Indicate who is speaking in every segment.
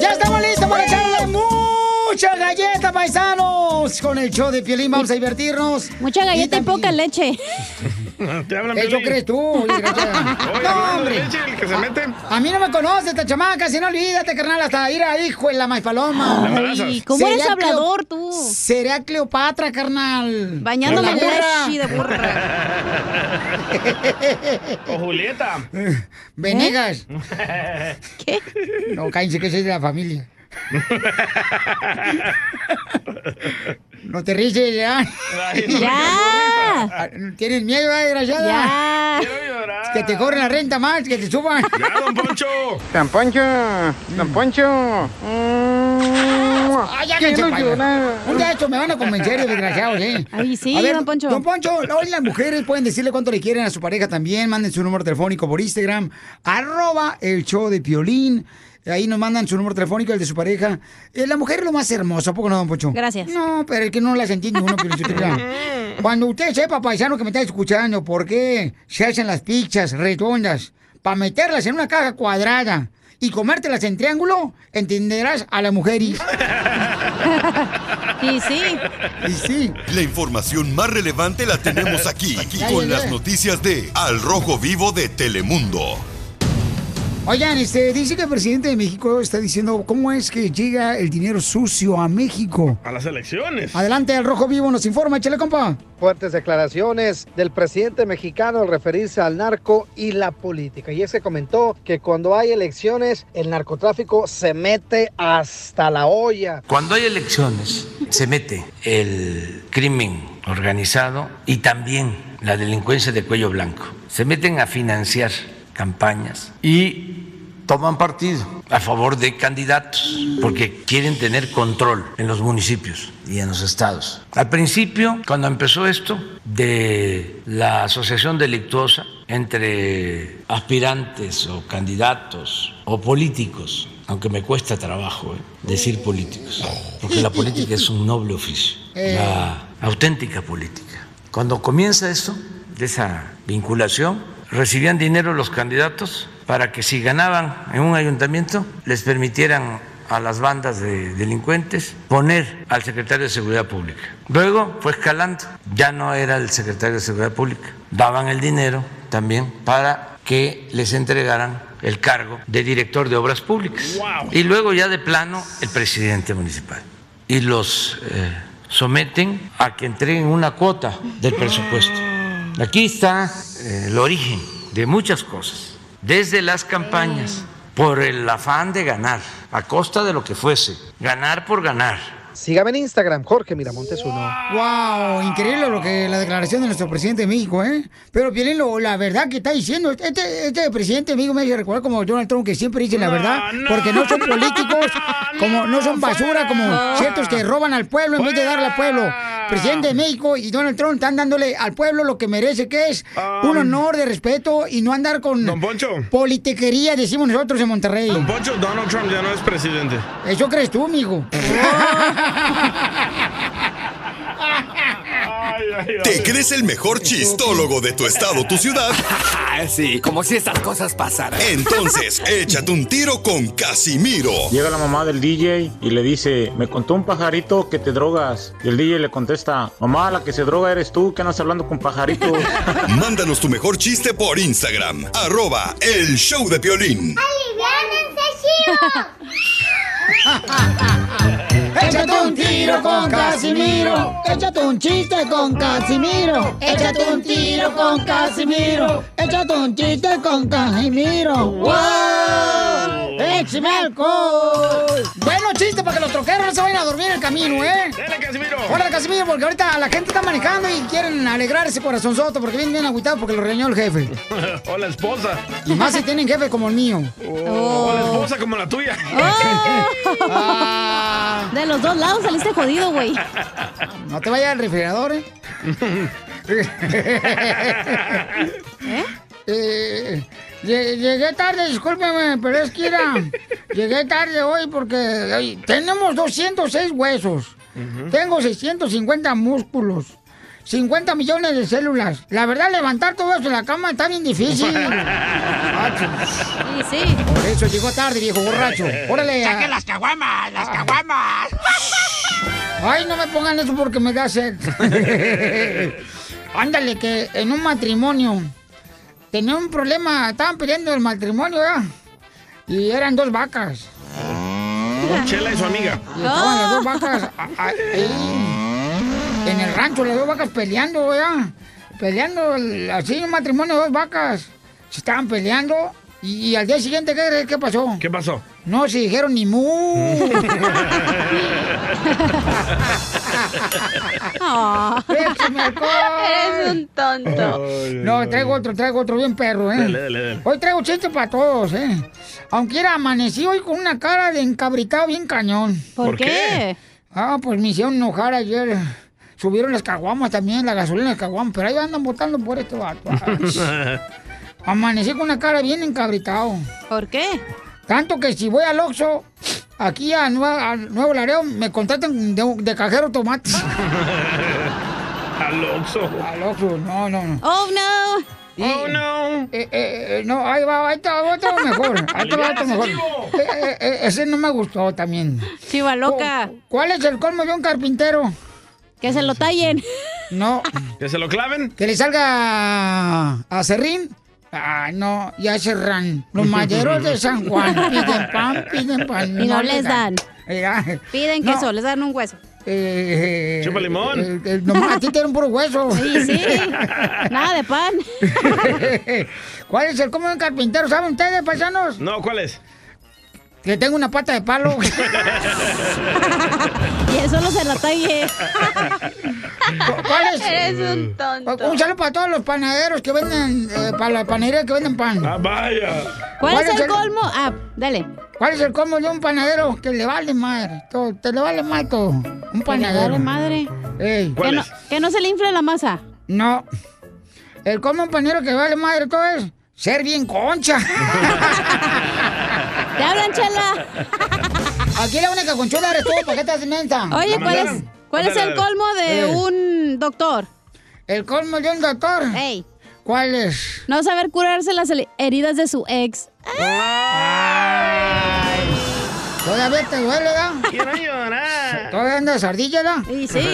Speaker 1: ¡Ya estamos listos para echarle mucha galleta, paisanos! Con el show de Piolín vamos a divertirnos.
Speaker 2: Mucha galleta y poca leche.
Speaker 1: ¿Te ¿Eso crees tú? oye, Gracia? no,
Speaker 3: hablando de
Speaker 1: hombre.
Speaker 3: leche, el que se mete.
Speaker 1: A, a mí no me conoces, esta chamaca, si no olvídate, carnal, hasta ir a hijo en la
Speaker 3: La
Speaker 1: maizpaloma.
Speaker 3: embarazas.
Speaker 1: paloma.
Speaker 2: ¿cómo eres hablador,
Speaker 1: tú? Sería Cleopatra, carnal.
Speaker 2: Bañándome
Speaker 1: Con
Speaker 2: en
Speaker 1: burra.
Speaker 2: leche de burra.
Speaker 3: O Julieta.
Speaker 1: Venegas.
Speaker 2: ¿Eh? ¿Qué?
Speaker 1: No, cállense que soy de la familia. No te ríes, ya.
Speaker 3: Ay, no me Ya.
Speaker 1: Tienes miedo, eh, desgraciada.
Speaker 3: Ya. Quiero
Speaker 1: Que te cobren la renta más, que te suban.
Speaker 3: ¡Ya, don Poncho!
Speaker 1: Don Poncho, Don Poncho. Ay, ya
Speaker 3: Quiero
Speaker 1: cállate,
Speaker 3: llorar.
Speaker 1: Un día estos me van a convencer, desgraciados, ¿eh?
Speaker 2: Ay, sí, don Poncho.
Speaker 1: Don Poncho, hoy las mujeres pueden decirle cuánto le quieren a su pareja también. Manden su número telefónico por Instagram, arroba el show de Piolín. Ahí nos mandan su número telefónico, el de su pareja. Eh, la mujer es lo más hermoso, ¿a poco no, don Poncho?
Speaker 2: Gracias.
Speaker 1: No, pero el que no las entiende uno, Piolín, Sotelo, ya. Cuando usted sepa, paisano, que me está escuchando, ¿por qué se hacen las pizzas redondas para meterlas en una caja cuadrada y comértelas en triángulo? Entenderás a la mujer y...
Speaker 2: Y sí.
Speaker 1: Y sí.
Speaker 4: La información más relevante la tenemos aquí, aquí,
Speaker 1: Ya
Speaker 4: con
Speaker 1: llegué.
Speaker 4: las noticias de Al Rojo Vivo de Telemundo.
Speaker 1: Oigan, este, dice que el presidente de México está diciendo cómo es que llega el dinero sucio a México.
Speaker 5: A las elecciones.
Speaker 1: Adelante, el Rojo Vivo nos informa, échale compa.
Speaker 6: Fuertes declaraciones del presidente mexicano al referirse al narco y la política. Y es que comentó que cuando hay elecciones, el narcotráfico se mete hasta la olla.
Speaker 7: Cuando hay elecciones se mete el crimen organizado y también la delincuencia de cuello blanco. Se meten a financiar campañas y toman partido a favor de candidatos porque quieren tener control en los municipios y en los estados. Al principio, cuando empezó esto de la asociación delictuosa entre aspirantes o candidatos o políticos, aunque me cuesta trabajo ¿eh? decir políticos, porque la política es un noble oficio,
Speaker 8: Eh.
Speaker 7: la auténtica política. Cuando comienza eso, de esa vinculación, recibían dinero los candidatos para que si ganaban en un ayuntamiento, les permitieran a las bandas de delincuentes poner al secretario de Seguridad Pública. Luego fue escalando, ya no era el secretario de Seguridad Pública, daban el dinero también para que les entregaran el cargo de director de Obras Públicas. Y luego ya de plano el presidente municipal. Y los eh, someten a que entreguen una cuota del presupuesto. Aquí está eh, el origen de muchas cosas, desde las campañas, por el afán de ganar, a costa de lo que fuese, ganar por ganar.
Speaker 6: Sígame en Instagram, Jorge Miramontes uno.
Speaker 1: Wow, increíble lo que la declaración de nuestro presidente de México, ¿eh? Pero Piolín, lo- la verdad que está diciendo, este, este presidente de México me hace recordar como Donald Trump que siempre dice la verdad, porque no son políticos, como no son basura, como ciertos que roban al pueblo en vez de darle al pueblo. Presidente de México y Donald Trump están dándole al pueblo lo que merece, que es un honor de respeto y no andar con politiquería, decimos nosotros en Monterrey.
Speaker 5: Don Poncho, Donald Trump ya no es presidente.
Speaker 1: Eso crees tú, amigo.
Speaker 4: ¿Te crees el mejor chistólogo de tu estado, tu ciudad? sí, como si estas cosas pasaran. Entonces, échate un tiro con Casimiro.
Speaker 8: Llega la mamá del DJ y le dice, me contó un pajarito que te drogas. Y el DJ le contesta, mamá, la que se droga eres tú, que andas hablando con pajaritos.
Speaker 4: Mándanos tu mejor chiste por Instagram, arroba el show de Piolín.
Speaker 1: Échate un tiro con Casimiro. Échate un chiste con Casimiro. Échate un tiro con Casimiro. Échate un chiste con Casimiro. ¡Wow! ¡Échame alcohol! Bueno, chiste para que los troqueros no se vayan a dormir en el camino, ¿eh? ¡Dale, Casimiro! ¡Hola, Casimiro! Porque ahorita la gente está manejando y quieren alegrar ese corazón soto porque vienen bien aguitados porque lo regañó el jefe.
Speaker 5: o la esposa.
Speaker 1: Y más si tienen jefe como el mío.
Speaker 5: O la esposa como la tuya.
Speaker 1: Oh.
Speaker 2: De los dos lados saliste jodido, güey.
Speaker 1: No te vayas al refrigerador, ¿eh? Eh, lle- llegué tarde, discúlpeme, pero es que era, llegué tarde hoy porque ay, tenemos 206 huesos, tengo 650 músculos, 50 millones de células. La verdad, levantar todo eso en la cama está bien difícil.
Speaker 2: Sí, sí.
Speaker 1: Por eso llegó tarde, viejo borracho. Órale. a-
Speaker 9: las caguamas! ¡Las caguamas!
Speaker 1: Ay, no me pongan eso porque me da sed. Ándale, que en un matrimonio tenía un problema, estaban peleando el matrimonio, ¿verdad? Y eran dos vacas.
Speaker 5: Chela y su amiga.
Speaker 1: Y estaban las dos vacas a- a- ahí, en el rancho, las dos vacas peleando, ¿verdad? Peleando el- así, un matrimonio de dos vacas. Se estaban peleando y, y al día siguiente, ¿qué, crees que pasó?
Speaker 5: ¿Qué pasó?
Speaker 1: No se dijeron ni mu. Échame alcohol.
Speaker 2: Eres un tonto.
Speaker 1: No, traigo otro, traigo otro bien perro, ¿eh?
Speaker 2: Dale, dale, dale.
Speaker 1: Hoy traigo chiste para todos, ¿eh? Aunque era amanecí hoy con una cara de encabritado bien cañón.
Speaker 2: ¿Por ¿Por qué? qué?
Speaker 1: Ah, pues me hicieron enojar ayer. Subieron las caguamas también, la gasolina de caguamas, pero ahí andan votando por este vato. Amanecí con una cara bien encabritado.
Speaker 2: ¿Por qué?
Speaker 1: Tanto que si voy al Oxxo, aquí a, Nue- a Nuevo Laredo, me contratan de, de cajero tomate.
Speaker 5: Al Oxxo.
Speaker 1: Al Oxxo, no, no, no.
Speaker 2: Oh, no.
Speaker 1: oh, no. eh, no, ahí va, ahí está, otro mejor. Ahí te va otro mejor. Eh, eh, eh, ese no me gustó también. Oh,
Speaker 2: Chiva loca.
Speaker 1: ¿Cuál es el colmo de un carpintero?
Speaker 2: Que se lo tallen.
Speaker 1: No.
Speaker 5: ¿Que se lo claven?
Speaker 1: Que le salga a Serrín. Ah, no, ya cerran. Los mayeros de San Juan piden pan, piden pan.
Speaker 2: Y no les dan.
Speaker 1: Mira.
Speaker 2: Piden
Speaker 1: No.
Speaker 2: queso, les dan un hueso.
Speaker 1: Eh,
Speaker 2: Chupa limón.
Speaker 1: eh, eh, nomás a ti te dieron puro hueso.
Speaker 2: Sí, sí. Nada de pan.
Speaker 1: ¿Cuál es el común carpintero? ¿Saben ustedes, paisanos?
Speaker 5: No, ¿cuál es?
Speaker 1: Que tengo una pata de palo. y eso lo se la talle. ¿Cuál es?
Speaker 2: Eres un tonto.
Speaker 1: Un saludo para todos los panaderos que venden, eh, para la panadería que venden pan. Ah,
Speaker 5: vaya.
Speaker 2: ¿Cuál es el colmo? Ah, dale.
Speaker 1: ¿Cuál es el colmo de un panadero que le vale madre? Todo, te le vale madre todo. Un panadero.
Speaker 2: vale madre.
Speaker 1: Ey.
Speaker 2: Que no, que no se le infle la masa.
Speaker 1: No. El como un panero que vale madre todo es ser bien concha. ¡Te
Speaker 2: hablan, chela!
Speaker 1: Aquí la única conchona eres tú, ¿para qué te haces mensa?
Speaker 2: Oye, ¿cuál es, cuál es el colmo de
Speaker 1: Eh,
Speaker 2: un doctor?
Speaker 1: ¿El colmo de un doctor?
Speaker 2: Ey.
Speaker 1: ¿Cuál es?
Speaker 2: No saber curarse las hel- heridas de su ex.
Speaker 1: Todavía te duele, ¿da?
Speaker 5: Quiero llorar.
Speaker 1: ¿Todavía andas ardilla, da?
Speaker 2: Sí,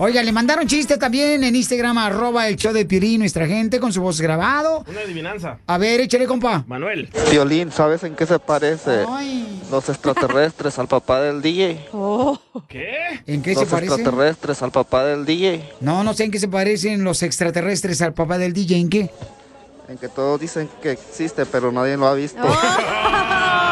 Speaker 1: Oiga, le mandaron chistes también en Instagram, arroba el show de Pirín, nuestra gente, con su voz grabado.
Speaker 5: Una adivinanza.
Speaker 1: A ver, échale, compa.
Speaker 5: Manuel.
Speaker 10: Violín, ¿sabes en qué se parece
Speaker 1: Ay.
Speaker 10: los extraterrestres al papá del DJ?
Speaker 2: Oh.
Speaker 5: ¿Qué?
Speaker 1: ¿En qué
Speaker 10: los
Speaker 1: se parece?
Speaker 10: extraterrestres al papá del DJ,
Speaker 1: No, no sé en qué se parecen los extraterrestres al papá del DJ, ¿en qué?
Speaker 10: en que todos dicen que existe, pero nadie lo ha visto.
Speaker 1: Ah.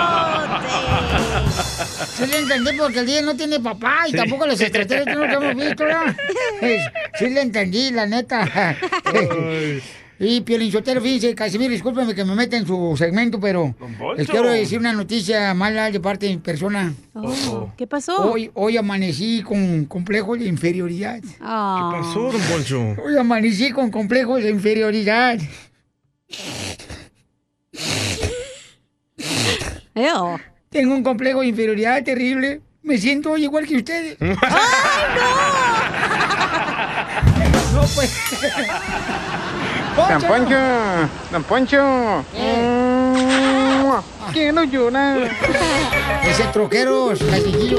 Speaker 1: Sí le entendí porque el DJ no tiene papá y tampoco los extraterrestres no hemos visto, ¿verdad? Pues, Sí le entendí, la neta. Y Piolín Sotero, fíjense, Casimiro, discúlpeme que me meta en su segmento, pero
Speaker 2: Poncho.
Speaker 1: les quiero decir una noticia mala de parte de mi persona.
Speaker 2: Oh, ¿Qué pasó?
Speaker 1: Hoy, hoy amanecí con complejo de inferioridad.
Speaker 2: Ah.
Speaker 5: ¿Qué pasó, don Poncho?
Speaker 1: Hoy amanecí con complejo de inferioridad. Tengo un complejo de inferioridad terrible. Me siento hoy igual que ustedes. pues.
Speaker 11: Don Poncho, Don Poncho.
Speaker 1: Eh. no llorar? Ese troqueros, caciquillo.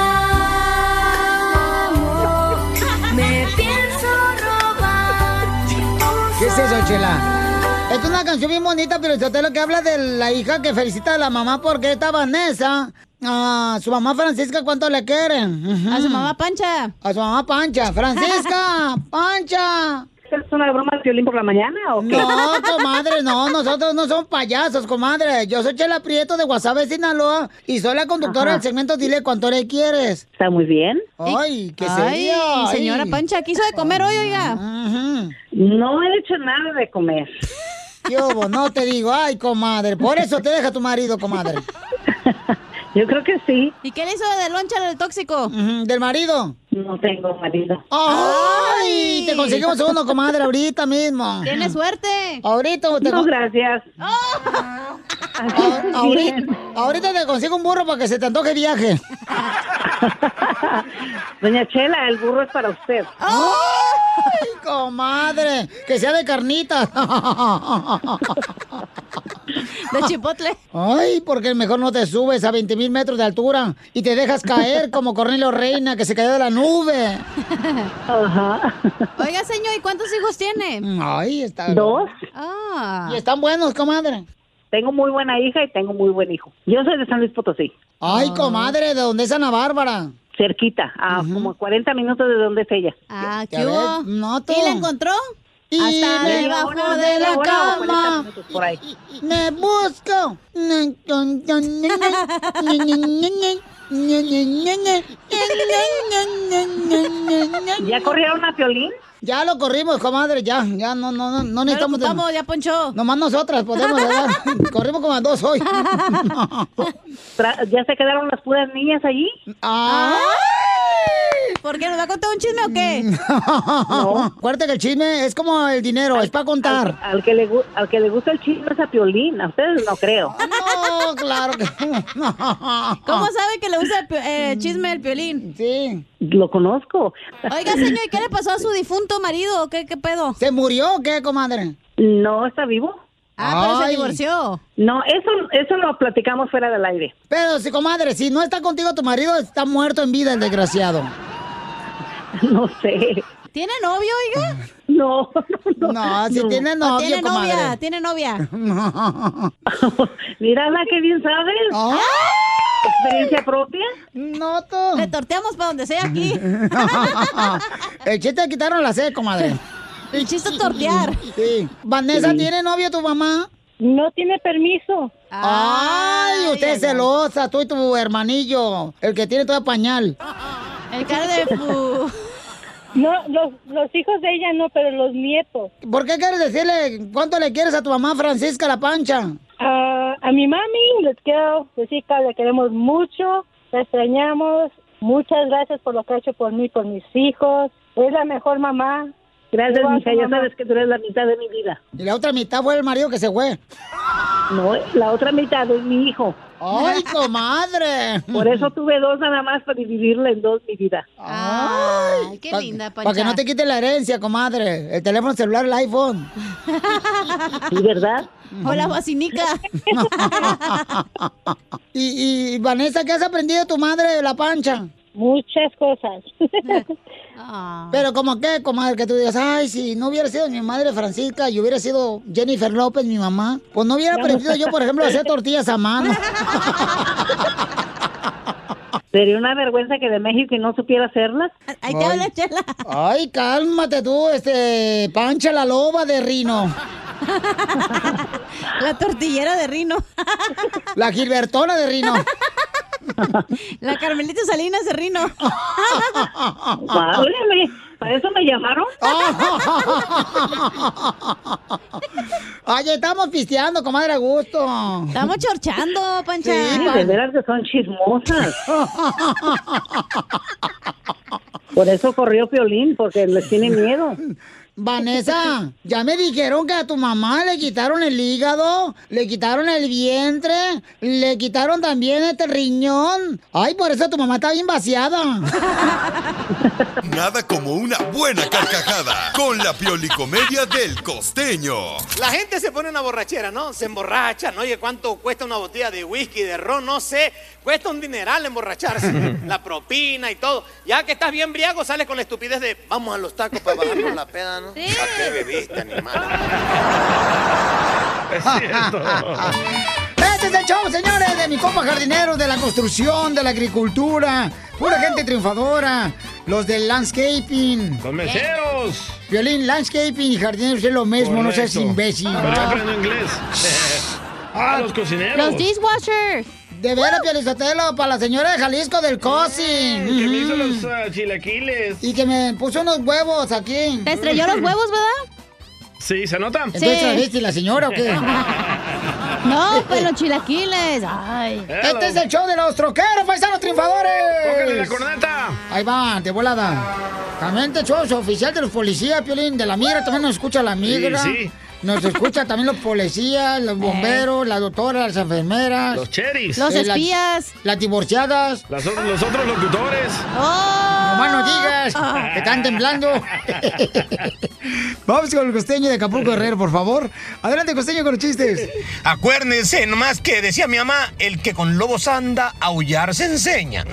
Speaker 3: amo. Me pienso robar.
Speaker 1: ¿Qué es eso, Chela? Esta es una canción bien bonita, pero yo te lo que habla de la hija que felicita a la mamá porque esta Vanessa, a su mamá Francisca, ¿cuánto le quieren? A su mamá Pancha. A su mamá Pancha. Francisca, Pancha.
Speaker 12: ¿Es una broma de violín por la mañana o qué?
Speaker 1: No, comadre, no, nosotros no somos payasos, comadre. Yo soy Chela Prieto de Guasave, Sinaloa, y soy la conductora
Speaker 12: Ajá.
Speaker 1: del segmento Dile cuánto le quieres.
Speaker 12: Está muy bien.
Speaker 1: Ay, qué
Speaker 2: Ay,
Speaker 1: serio.
Speaker 2: señora Pancha, ¿qué hizo de comer hoy, oiga?
Speaker 12: No he hecho nada de comer.
Speaker 1: ¿Qué hubo? No te digo, ay, comadre, por eso te deja tu marido, comadre.
Speaker 12: Yo creo que sí.
Speaker 2: ¿Y qué le hizo de loncha del tóxico?
Speaker 1: ¿Del marido?
Speaker 12: No tengo marido.
Speaker 1: ¡Ay! Te conseguimos uno, comadre, ahorita mismo.
Speaker 2: Tienes suerte.
Speaker 1: Ahorita te
Speaker 2: No,
Speaker 12: gracias.
Speaker 1: Ah, ahorita, ahorita te consigo un burro para que se te antoje viaje.
Speaker 12: Doña Chela, el burro es para usted.
Speaker 1: ¡Ay, comadre! Que sea de carnitas. De chipotle. Ay, porque mejor no te subes a 20 mil metros de altura y te dejas caer como Cornelio Reina, que se cayó de la nube.
Speaker 2: Oiga, señor, ¿y cuántos hijos tiene?
Speaker 1: Mm, Ay, está.
Speaker 12: Dos.
Speaker 2: Ah.
Speaker 1: ¿Y están buenos, comadre?
Speaker 12: Tengo muy buena hija y tengo muy buen hijo. Yo soy de San Luis Potosí.
Speaker 1: Ay, comadre, ¿de dónde es Ana Bárbara?
Speaker 12: Cerquita, a como 40 minutos de donde es ella.
Speaker 2: Ah,
Speaker 1: ¿qué hubo?
Speaker 2: ¿Y la encontró?
Speaker 1: Y
Speaker 2: Hasta
Speaker 1: me
Speaker 2: debajo
Speaker 1: bajo
Speaker 2: de
Speaker 1: hora
Speaker 2: la
Speaker 1: o 40
Speaker 2: cama.
Speaker 1: minutos por ahí. Me busco.
Speaker 12: ¿Ya corrieron a Piolín?
Speaker 1: Ya lo corrimos, comadre, ya, ya, no, no, no, no necesitamos... Vamos,
Speaker 2: ya ponchó.
Speaker 1: Nomás nosotras podemos, ¿verdad? Corrimos como a dos hoy.
Speaker 12: Tra- ¿Ya se quedaron las puras niñas allí?
Speaker 2: ¿Por qué? ¿Nos va a contar un chisme o
Speaker 1: Mm,
Speaker 2: qué?
Speaker 1: Acuérdate que el chisme es como el dinero, es para contar.
Speaker 12: Al, que le, gu- al que le gusta el chisme es a Piolín, a ustedes no creo.
Speaker 1: No, claro que no. Mm,
Speaker 2: ¿Cómo sabe que le gusta el pi- eh, chisme del piolín?
Speaker 1: Sí.
Speaker 12: Lo conozco.
Speaker 2: Oiga, señor, ¿y qué le pasó a su difunto marido? ¿Qué, qué pedo?
Speaker 1: ¿Se murió o qué, comadre?
Speaker 12: ¿No está vivo?
Speaker 2: Ah, pero se Ay. divorció.
Speaker 12: No, eso, eso lo platicamos fuera del aire.
Speaker 1: Pero si, comadre, si no está contigo tu marido, está muerto en vida el desgraciado.
Speaker 12: No sé.
Speaker 2: ¿Tiene novio, oiga?
Speaker 12: No,
Speaker 1: no. si tiene novio,
Speaker 2: ¿O tiene
Speaker 1: comadre.
Speaker 2: novia, tiene novia.
Speaker 12: Mira, la que bien sabes. ¿Experiencia propia?
Speaker 1: No, tú.
Speaker 2: Le torteamos para donde sea aquí.
Speaker 1: el chiste quitaron la sed, comadre.
Speaker 2: El chiste es tortear.
Speaker 1: Sí. Vanessa,
Speaker 2: Sí.
Speaker 1: ¿tiene novio tu mamá?
Speaker 12: No tiene permiso.
Speaker 1: Ay, usted es celosa, tú y tu hermanillo, el que tiene todo pañal.
Speaker 2: El cara de fu-
Speaker 13: No, los, los hijos de ella no, pero los nietos.
Speaker 1: ¿Por qué quieres decirle cuánto le quieres a tu mamá Francisca La Pancha?
Speaker 13: Ah, a mi mami les quiero
Speaker 12: pues
Speaker 13: decir que le queremos mucho, la extrañamos. Muchas gracias por lo que ha hecho por mí, por mis hijos. Es la mejor mamá.
Speaker 12: Gracias,
Speaker 13: Igual
Speaker 12: mija.
Speaker 13: su
Speaker 12: Ya
Speaker 13: mamá.
Speaker 12: sabes que tú eres la mitad de mi vida.
Speaker 1: Y la otra mitad fue el marido que se fue.
Speaker 12: No, la otra mitad es mi hijo.
Speaker 1: ¡Ay, comadre!
Speaker 12: Por eso tuve dos nada más para dividirla en dos mi vida.
Speaker 1: Ay,
Speaker 2: Ah, qué
Speaker 1: pa-
Speaker 2: linda, Pancha.
Speaker 1: Para que no te quite la herencia, comadre. El teléfono celular, el iPhone.
Speaker 12: ¿Y verdad?
Speaker 2: O la vacinica.
Speaker 1: y, y, Vanessa, ¿qué has aprendido de tu madre de la pancha?
Speaker 13: Muchas cosas.
Speaker 1: Pero como qué, comadre, que tú digas, ay, si no hubiera sido mi madre Francisca y hubiera sido Jennifer López, mi mamá, pues no hubiera aprendido yo, por ejemplo, a hacer tortillas a mano.
Speaker 12: Sería una vergüenza que de México y no supiera hacerlas.
Speaker 2: Ahí
Speaker 1: te habla,
Speaker 2: Chela.
Speaker 1: Ay, cálmate tú, este, pancha la loba de Rino.
Speaker 2: La tortillera de Rino.
Speaker 1: La Gilbertona de Rino.
Speaker 2: La Carmelita Salinas de Rino.
Speaker 12: Válgame.
Speaker 14: ¿Para eso me llamaron?
Speaker 1: Ay, estamos pisteando, comadre, a gusto.
Speaker 15: Estamos chorchando, Pancha.
Speaker 14: Sí, de veras que son chismosas. Por eso corrió Piolín, porque les tiene miedo.
Speaker 1: Vanessa, ya me dijeron que a tu mamá le quitaron el hígado, le quitaron el vientre, le quitaron también este riñón. Ay, por eso tu mamá está bien vaciada.
Speaker 4: Nada como una buena carcajada con la piolicomedia del costeño.
Speaker 8: La gente se pone una borrachera, ¿no? Se emborracha, ¿no? Oye, ¿cuánto cuesta una botella de whisky, de ron? No sé. Cuesta un dineral emborracharse. la propina y todo. Ya que estás bien briago, sales con la estupidez de vamos a los tacos para bajarnos la peda, ¿no? ¿Para qué bebiste, animal?
Speaker 13: Es cierto.
Speaker 1: Este es el show, señores, de mi compa jardinero, de la construcción, de la agricultura, pura gente triunfadora, los del landscaping. Los
Speaker 5: meseros.
Speaker 1: Violín, landscaping y jardineros es lo mismo, no seas
Speaker 5: Correcto.
Speaker 1: imbécil.
Speaker 5: Pero yo aprendo inglés. Ah, los cocineros.
Speaker 1: dishwashers. De veras, Pielizotelo, para la señora de Jalisco del Cosi.
Speaker 5: Que me hizo
Speaker 1: Ujú.
Speaker 5: los ah, chilaquiles.
Speaker 1: Y que me puso unos huevos aquí.
Speaker 5: Te estrelló los huevos,
Speaker 1: ¿verdad?
Speaker 5: Sí, ¿se nota?
Speaker 1: Entonces, ¿la viste la señora o qué?
Speaker 15: No, pues los chilaquiles. Ay.
Speaker 5: Eh,
Speaker 1: Este es el show de los troqueros, paisanos triunfadores.
Speaker 15: Póngale la
Speaker 5: corneta.
Speaker 1: Ahí va, de volada. También te show oficial de los policías, Piolín, de la migra, también nos escucha la migra.
Speaker 5: Sí, sí.
Speaker 1: Nos escucha también los policías, los bomberos, las doctoras, las enfermeras.
Speaker 5: Los cheris. Los
Speaker 1: la-
Speaker 5: espías.
Speaker 1: las divorciadas.
Speaker 5: Las o- los otros locutores.
Speaker 1: ¡Oh! Nomás no digas
Speaker 11: Ah.
Speaker 1: que están temblando. Vamos con el costeño de Acapulco Herrero, por favor. Adelante, costeño, con los chistes.
Speaker 8: Acuérdense nomás que decía mi mamá, el que con lobos anda, aullar se enseña.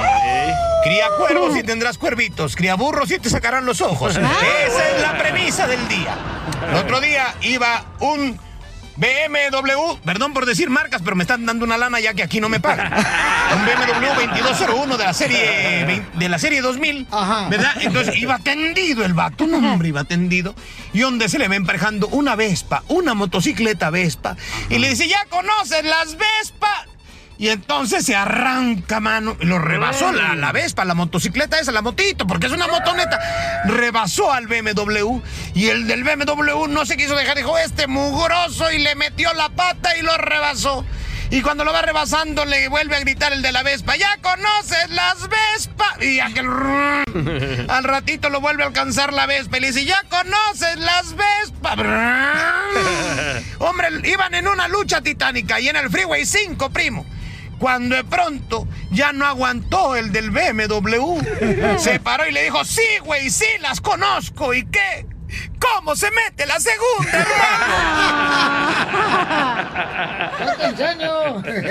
Speaker 8: Cría cuervos y tendrás cuervitos, cría burros y te sacarán los ojos. Esa es la premisa del día. El otro día iba un BMW, perdón por decir marcas, pero me están dando una lana ya que aquí no me pagan. Un BMW 2201 de la serie 20 de la serie 2000, ¿verdad? Entonces iba tendido el vato, un hombre iba tendido y donde se le va emparejando una Vespa, una motocicleta Vespa y le dice, "Ya conoces las Vespa." Y entonces se arranca, mano. y Lo rebasó la, la Vespa, la motocicleta esa, la motito, porque es una motoneta. Rebasó al BMW. Y el del BMW no se quiso dejar. Dijo, este mugroso. Y le metió la pata y lo rebasó. Y cuando lo va rebasando, le vuelve a gritar el de la Vespa. ¡Ya conoces las Vespa! Y aquel... Al ratito lo vuelve a alcanzar la Vespa. Y le dice, ¿ya conoces las Vespa? Hombre, iban en una lucha titánica y en el Freeway 5, primo. Cuando de pronto ya no aguantó el del BMW, se paró y le dijo, sí, güey, sí, las conozco. ¿Y qué? ¿Cómo se mete la segunda, hermano?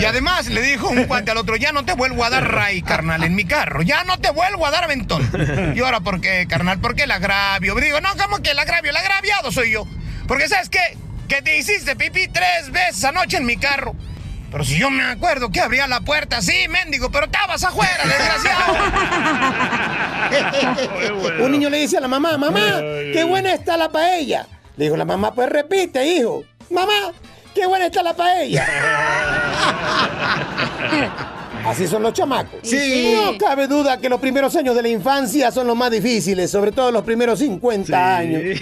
Speaker 8: Y además le dijo un cuate al otro, ya no te vuelvo a dar ray, carnal, en mi carro. Ya no te vuelvo a dar aventón. Y ahora, ¿por qué, carnal? ¿Por qué el agravio? Digo, no, ¿cómo que el agravio? El agraviado soy yo. Porque, ¿sabes qué? Que te hiciste pipí tres veces anoche en mi carro. Pero si yo me acuerdo que abría la puerta, sí, mendigo, pero estabas afuera, desgraciado.
Speaker 11: Un niño le dice a la mamá, mamá, qué buena está la paella. Le dijo la mamá, pues repite, hijo. Mamá, Ah, qué buena está la paella. Así son los chamacos.
Speaker 13: Sí.
Speaker 11: No cabe duda que los primeros años de la infancia son los más difíciles, sobre todo los primeros 50 años.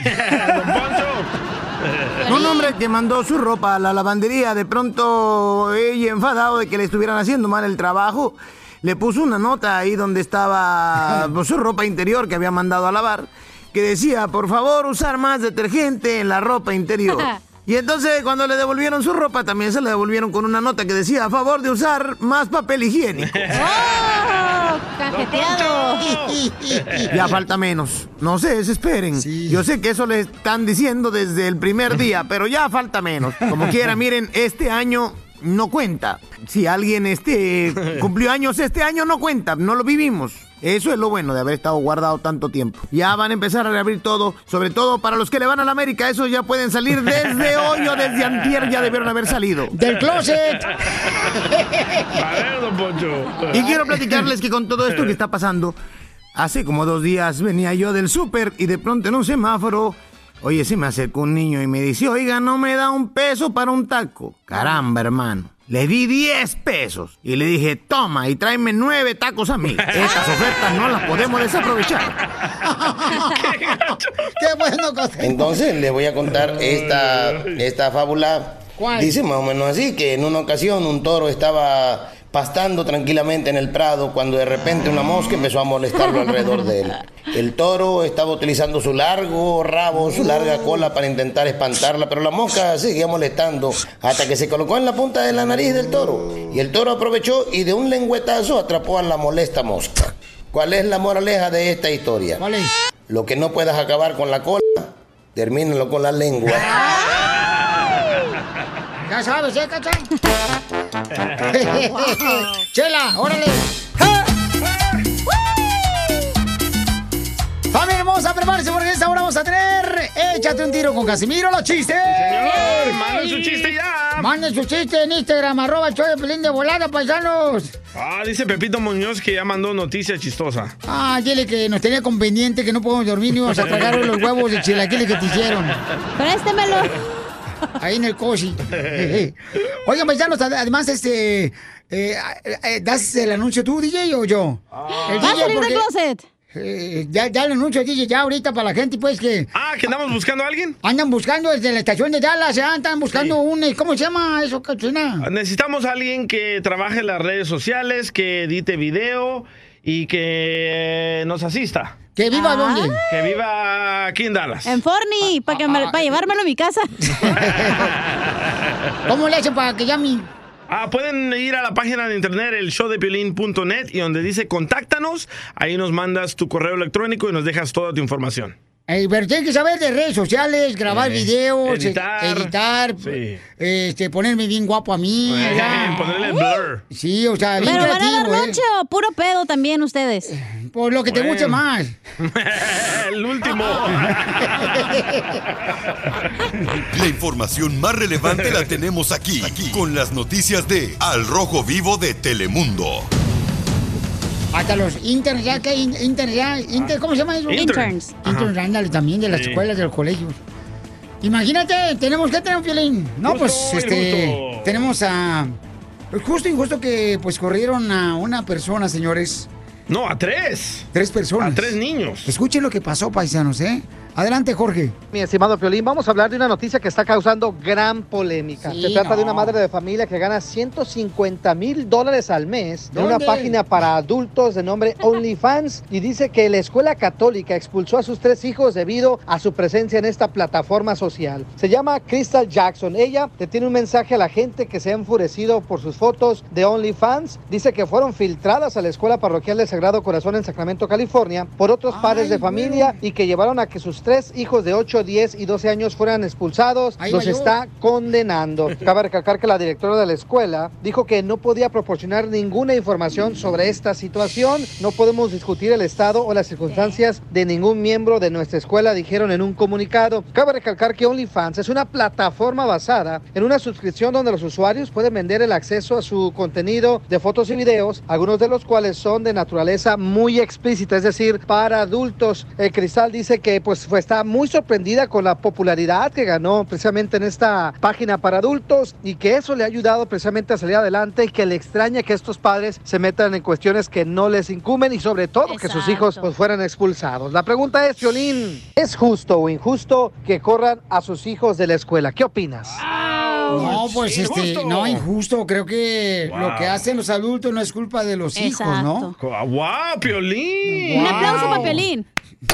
Speaker 11: Un hombre que mandó su ropa a la lavandería, de pronto ella enfadado de que le estuvieran haciendo mal el trabajo, le puso una nota ahí donde estaba pues, su ropa interior que había mandado a lavar, que decía, por favor, usar más detergente en la ropa interior. Y entonces cuando le devolvieron su ropa también se la devolvieron con una nota que decía a favor de usar más papel higiénico. Ya falta menos. No se desesperen. Yo sé que eso les están diciendo desde el primer día, pero ya falta menos. Como quiera, miren, este año no cuenta. Si alguien este cumplió años este año no cuenta, no lo vivimos. Eso es lo bueno de haber estado guardado tanto tiempo. Ya van a empezar a reabrir todo, sobre todo para los que le van a la América, esos ya pueden salir desde hoy o desde antier ya debieron haber salido.
Speaker 1: ¡Del closet!
Speaker 5: A ver, don Poncho.
Speaker 11: Y quiero platicarles que con todo esto que está pasando, hace como dos días venía yo del súper y de pronto en un semáforo, oye, se me acercó un niño y me dice, oiga, no me da un peso para un taco. Caramba, hermano.
Speaker 16: Le di 10 pesos y le dije, toma y tráeme 9 tacos a mí. Estas ofertas no las podemos desaprovechar.
Speaker 1: ¡Qué bueno, costeño!
Speaker 17: Entonces les voy a contar esta, esta fábula.
Speaker 1: ¿Cuál?
Speaker 17: Dice más o menos así, que en una ocasión un toro estaba pastando tranquilamente en el prado cuando de repente una mosca empezó a molestarlo alrededor de él. El toro estaba utilizando su largo rabo, su larga cola para intentar espantarla, pero la mosca seguía molestando hasta que se colocó en la punta de la nariz del toro. Y el toro aprovechó y de un lengüetazo atrapó a la molesta mosca. ¿Cuál es la moraleja de esta historia?
Speaker 1: ¿Cuál es?
Speaker 17: Lo que no puedas acabar con la cola, termínalo con la lengua.
Speaker 1: Ya sabes, ¿eh, cachán? ¡Chela, órale!
Speaker 11: Ah,
Speaker 1: ¡Familia hermosa, prepárense porque en esta hora vamos a tener... ¡Échate un tiro con Casimiro, los chistes!
Speaker 5: señor. Manden su chiste ya.
Speaker 1: ¡Manden su chiste en Instagram, arroba el show de Pelín de volada, paisanos!
Speaker 5: Ah, dice Pepito Muñoz que ya mandó noticia chistosa.
Speaker 1: Ah, dile que nos tenía conveniente que no podemos dormir ni íbamos a tragar los huevos de chilaquiles que te hicieron.
Speaker 2: Préstemelo.
Speaker 1: Ahí en el cosi. Oigan, paisanos, ad- además, este... eh, eh, ¿Das el anuncio tú, DJ, o yo?
Speaker 5: Ah.
Speaker 1: El
Speaker 2: Va a
Speaker 1: DJ,
Speaker 2: salir del
Speaker 1: porque-
Speaker 2: closet.
Speaker 1: Eh, ya, ya el anuncio, DJ, ya ahorita para la gente, pues que.
Speaker 5: Ah, que andamos buscando a alguien.
Speaker 1: Andan buscando desde la estación de Dallas, ya andan buscando un. eh, ¿Cómo se llama eso, cachina?
Speaker 5: Necesitamos a alguien que trabaje en las redes sociales, que edite video y que nos asista.
Speaker 1: ¿Que viva dónde?
Speaker 5: Que viva aquí en Dallas.
Speaker 2: En Forni, para llevármelo a mi casa.
Speaker 1: ¿Cómo le hacen para que llame?
Speaker 5: Ah, pueden ir a la página de internet, el showdepiolín.net, y donde dice contáctanos, ahí nos mandas tu correo electrónico y nos dejas toda tu información.
Speaker 1: Eh, pero tienen que saber de redes sociales, grabar
Speaker 5: Eh,
Speaker 1: videos, eh,
Speaker 5: editar.
Speaker 1: editar,
Speaker 5: Sí.
Speaker 1: este, ponerme bien guapo a mí.
Speaker 5: Eh,
Speaker 1: Pues, ya.
Speaker 5: ponerle blur.
Speaker 1: Sí, o sea, bien
Speaker 2: Pero van a dar
Speaker 1: creativo, ¿eh?
Speaker 2: noche o puro pedo también ustedes.
Speaker 1: Por lo que te guste más.
Speaker 5: El último.
Speaker 4: La información más relevante la tenemos aquí, aquí, con las noticias de Al Rojo Vivo de Telemundo.
Speaker 1: Hasta los interns, ya que hay interns, ya, inter- ¿cómo se llama eso?
Speaker 4: Interns. Ajá.
Speaker 1: Interns, ándale, también de las
Speaker 4: Sí.
Speaker 1: escuelas, de los colegios. Imagínate, tenemos que tener un violín. No, pues, este, tenemos a... Justo y justo que, pues, corrieron a una persona, señores.
Speaker 5: No, a tres.
Speaker 1: Tres personas.
Speaker 5: A tres niños.
Speaker 1: Escuchen lo que pasó, paisanos, ¿eh? Adelante, Jorge.
Speaker 6: Mi estimado Piolín, vamos a hablar de una noticia que está causando gran polémica.
Speaker 1: Sí,
Speaker 6: Se trata de
Speaker 1: no.
Speaker 6: una madre de familia que gana 150 mil dólares al mes de una
Speaker 1: ¿Dónde?
Speaker 6: página para adultos de nombre OnlyFans y dice que la escuela católica expulsó a sus tres hijos debido a su presencia en esta plataforma social. Se llama Crystal Jackson. Ella le tiene un mensaje a la gente que se ha enfurecido por sus fotos de OnlyFans. Dice que fueron filtradas a la escuela parroquial del Sagrado Corazón en Sacramento, California, por otros padres de familia y que llevaron a que sus tres hijos de 8, 10 y 12 años fueran expulsados.
Speaker 1: Ahí
Speaker 6: Los
Speaker 1: va yo.
Speaker 6: está condenando. Cabe recalcar que la directora de la escuela dijo que no podía proporcionar ninguna información sobre esta situación. No podemos discutir el estado o las circunstancias de ningún miembro de nuestra escuela, dijeron en un comunicado. Cabe recalcar que OnlyFans es una plataforma basada en una suscripción donde los usuarios pueden vender el acceso a su contenido de fotos y videos, algunos de los cuales son de naturaleza muy explícita, es decir, para adultos. Eh, Cristal dice que pues fue- está muy sorprendida con la popularidad que ganó precisamente en esta página para adultos y que eso le ha ayudado precisamente a salir adelante y que le extraña que estos padres se metan en cuestiones que no les incumben y sobre todo que sus hijos pues fueran expulsados. La pregunta es, Violín, ¿es justo o injusto que corran a sus hijos de la escuela? ¿Qué opinas?
Speaker 1: No, pues, este, no, injusto. Creo que
Speaker 5: Wow.
Speaker 1: lo que hacen los adultos no es culpa de los hijos, ¿no?
Speaker 5: ¡Guau, Piolín!
Speaker 1: Un aplauso para
Speaker 2: Piolín.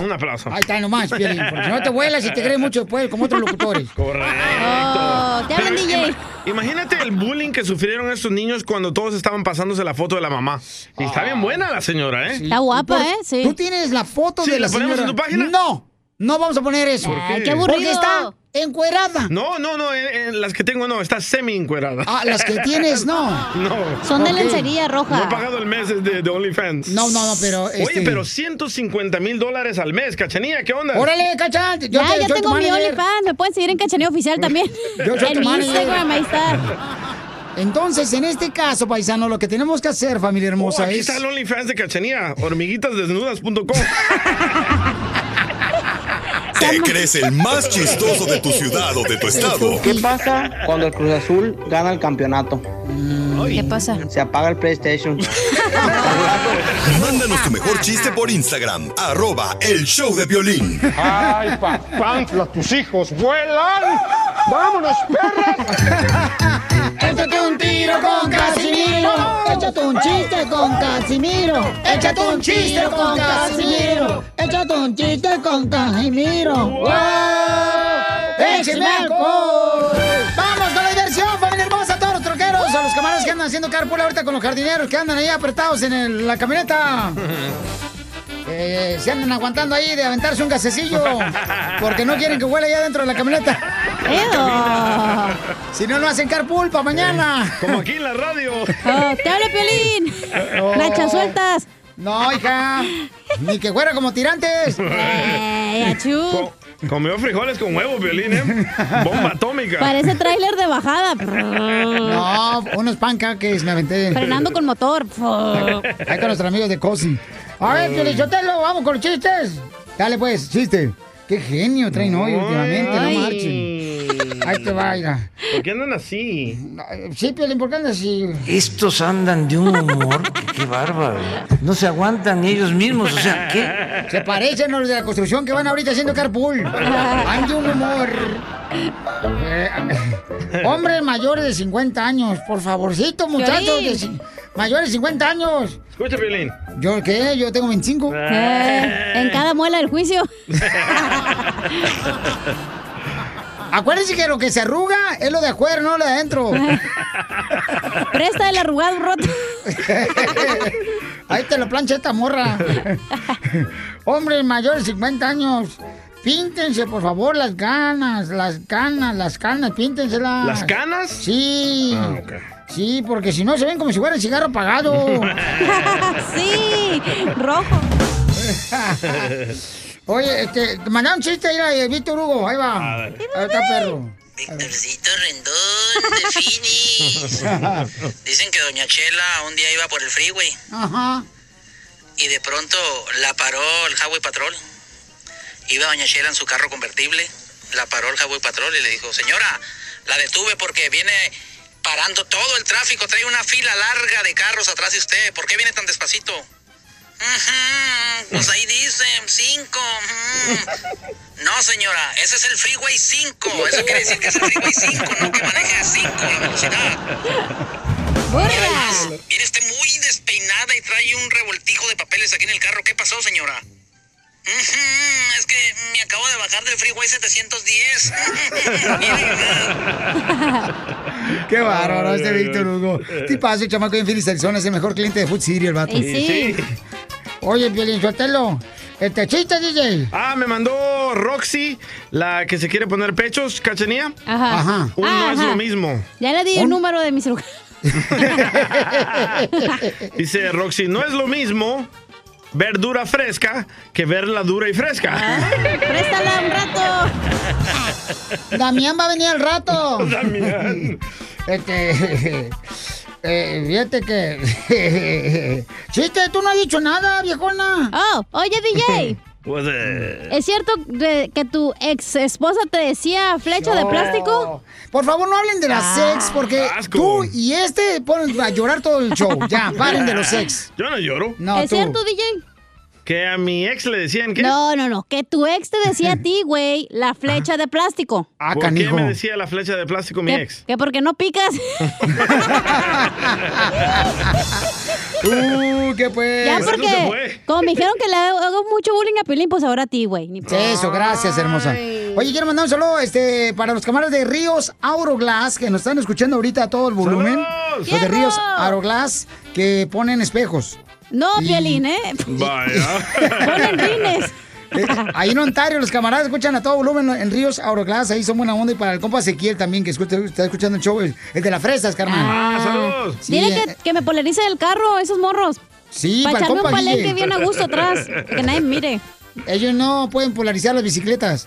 Speaker 5: Un aplauso.
Speaker 1: Ahí está nomás, Piolín, porque no te vuelas y te crees mucho después, como otros locutores.
Speaker 2: Oh,
Speaker 5: Correcto.
Speaker 1: te hablan,
Speaker 5: Pero
Speaker 1: DJ.
Speaker 5: ima- Imagínate el bullying que sufrieron estos niños cuando todos estaban pasándose la foto de la mamá. Y está bien buena la señora, ¿eh?
Speaker 1: guapa, ¿eh? Sí. ¿Tú tienes la foto
Speaker 2: ¿eh?
Speaker 5: Sí,
Speaker 1: de
Speaker 5: ¿la
Speaker 1: la
Speaker 5: ponemos
Speaker 1: señora?
Speaker 5: en tu página?
Speaker 1: No, no vamos a poner eso.
Speaker 5: ¿Por qué?
Speaker 1: qué Porque
Speaker 5: aburrido.
Speaker 1: está encuerada.
Speaker 5: No, no, no, en- en las que tengo no, está semi encuerada.
Speaker 1: Ah, las que tienes, no.
Speaker 5: No.
Speaker 2: Son de Ok. lencería roja.
Speaker 5: No he pagado el mes de, de OnlyFans.
Speaker 1: No, no, no, pero,
Speaker 5: Oye,
Speaker 1: este-
Speaker 5: pero 150 mil dólares al mes, cachanilla, ¿qué onda?
Speaker 1: Órale, cacha. Yo
Speaker 2: ya,
Speaker 1: te-
Speaker 2: ya
Speaker 1: yo te
Speaker 2: tengo mi
Speaker 1: manager.
Speaker 2: OnlyFans. Me pueden seguir en Cachaneo Oficial también.
Speaker 1: Yo soy
Speaker 2: en
Speaker 1: tu
Speaker 2: mi
Speaker 1: manager.
Speaker 2: Instagram, ahí está.
Speaker 1: Entonces, en este caso, paisano, lo que tenemos que hacer, familia
Speaker 5: Oh,
Speaker 1: hermosa,
Speaker 5: aquí
Speaker 1: es...
Speaker 5: está el OnlyFans de cachanilla, hormiguitasdesnudas.com.
Speaker 4: ¿Te crees el más chistoso de tu ciudad o de tu estado?
Speaker 18: ¿Qué pasa cuando el Cruz Azul gana el campeonato? ¿Qué pasa? Se apaga el PlayStation.
Speaker 4: Mándanos tu mejor chiste por Instagram, arroba el show de violín.
Speaker 11: Ay, papantla, tus hijos vuelan. Vámonos, perras.
Speaker 1: Échate un tiro con Casimiro. Échate un chiste con Casimiro. Échate un chiste con Casimiro. Échate un chiste con Casimiro. ¡Wow! ¡Échame alcohol! ¡Vamos con la diversión, familia hermosa! A todos los troqueros, a los camaradas que andan haciendo carpool ahorita con los jardineros que andan ahí apretados en el- la camioneta. Eh, se andan aguantando ahí de aventarse un gasecillo porque no quieren que huela ya dentro de la camioneta. Si no, no hacen carpool para mañana.
Speaker 5: Como aquí en la radio.
Speaker 1: Oh, ¡Te hablo, Piolín!
Speaker 2: Lanchas
Speaker 1: sueltas! Oh. No, hija. Ni que fuera como tirantes. Eh,
Speaker 5: Co- Comió frijoles con huevo, violín, ¿eh? Bomba atómica.
Speaker 2: Parece tráiler de bajada.
Speaker 1: No, unos pancakes me aventé.
Speaker 2: Frenando con motor.
Speaker 1: Ahí con nuestros amigos de Cosi. A ver, Piolichotelo, vamos con los chistes. Dale, pues, chiste. Qué genio traen hoy últimamente, no marchen. Ahí te va, mira.
Speaker 5: ¿Por qué andan así?
Speaker 1: Sí, Piolín, ¿por qué andas así?
Speaker 7: Estos andan de un humor, que qué bárbaro. No se aguantan ellos mismos, o sea, ¿qué?
Speaker 1: Se parecen a los de la construcción que van ahorita haciendo carpool. Ande un humor. Eh, hombres mayores de 50 años, por favorcito, muchachos. de ci- mayores de 50 años.
Speaker 5: Escucha, violín.
Speaker 1: ¿Yo qué? Yo tengo 25.
Speaker 5: Eh, en
Speaker 1: cada muela del juicio. Acuérdense que lo que se arruga es lo de afuera, no lo de adentro. Presta el arrugado roto. Ahí te lo plancha esta morra. Hombres mayores de 50 años, píntense por favor las ganas, las canas, las canas, píntenselas.
Speaker 5: ¿Las canas?
Speaker 1: Sí.
Speaker 5: Ah, ok.
Speaker 1: Sí, porque si no se ven como si fuera el cigarro apagado. sí, rojo. Oye, este, te mandé un chiste ahí de Víctor Hugo, ahí va.
Speaker 3: A ver.
Speaker 1: Ahí está perro.
Speaker 19: Víctorcito Rendón de Phoenix. Dicen que Doña Chela un día iba por el freeway
Speaker 1: Ajá.
Speaker 19: y de pronto la paró el Highway Patrol. Iba Doña Chela en su carro convertible, la paró el Highway Patrol y le dijo, señora, la detuve porque viene parando todo el tráfico, trae una fila larga de carros atrás de usted, ¿por qué viene tan despacito? "Ujú, pues ahí dicen, cinco. ujú". No, señora, ese es el Freeway 5. Eso quiere decir que es el Freeway 5, no que maneje a 5 la velocidad. Y además, Viene usted muy despeinada y trae un revoltijo de papeles aquí en el carro. ¿Qué pasó, señora? "Ujú, Es que me acabo de bajar del Freeway 710.
Speaker 1: Qué bárbaro
Speaker 3: Ay,
Speaker 1: este
Speaker 3: ay,
Speaker 1: Víctor Hugo. Tipazo, el chamaco en Phoenix, Arizona, es el mejor cliente de Food City, el vato.
Speaker 3: Y sí. Sí.
Speaker 1: Oye, Piolín, suéltalo. Este chiste, DJ.
Speaker 5: Ah, me mandó Roxy, la que se quiere poner pechos, ¿cachanía?
Speaker 2: Ajá. Ajá.
Speaker 5: Un no
Speaker 2: Ah,
Speaker 5: es
Speaker 2: ajá.
Speaker 5: lo mismo.
Speaker 2: Ya le di el número de mi celular.
Speaker 5: Dice Roxy, no es lo mismo verdura fresca que verla dura y fresca.
Speaker 2: Préstala un rato.
Speaker 1: Damián va a venir al rato.
Speaker 5: Damián.
Speaker 1: Este. eh, fíjate que. chiste, tú no has dicho nada, viejona.
Speaker 2: Oh, oye, DJ.
Speaker 5: Pues, eh,
Speaker 2: ¿Es cierto de- que tu ex esposa te decía flecha de plástico? Ah.
Speaker 1: Por favor, no hablen de las sex, porque tú y este ponen a llorar todo el show. Ya, paren de los sex.
Speaker 5: Yo no lloro.
Speaker 1: No,
Speaker 2: ¿Es cierto, DJ?
Speaker 5: Que a mi ex le decían que...
Speaker 2: No, no, no. Que tu ex te decía a ti, güey,
Speaker 1: Ah.
Speaker 2: la flecha de plástico.
Speaker 5: ¿Por qué me decía la flecha de plástico mi
Speaker 2: Que-
Speaker 5: ex?
Speaker 2: Que porque no picas.
Speaker 1: Eh, Uh, qué pues.
Speaker 2: ya porque, como me dijeron que le hago mucho bullying a Pilín, pues ahora a ti, güey. Ni-
Speaker 1: Eso, gracias, hermosa. Oye, quiero mandar un saludo este, para los camaradas de Ríos Auroglass que nos están escuchando ahorita a todo el volumen. Los de Ríos Auroglass que ponen espejos.
Speaker 2: No, Piolín, ¿eh? Ponen rines.
Speaker 1: Eh, Ahí en Ontario, los camaradas escuchan a todo volumen en Ríos Auroglass. Ahí son buena onda. Y para el compa Ezequiel también, que escucha- está escuchando el show, el, el de las fresas, carnal. Sí,
Speaker 2: Ah, Dile
Speaker 1: eh,
Speaker 2: que, que me polarice el carro, esos morros.
Speaker 1: Sí,
Speaker 2: Para
Speaker 1: pa'l
Speaker 2: echarme un
Speaker 1: compa Guille.
Speaker 2: palenque bien a gusto atrás, que nadie me mire.
Speaker 1: Ellos no pueden polarizar las bicicletas.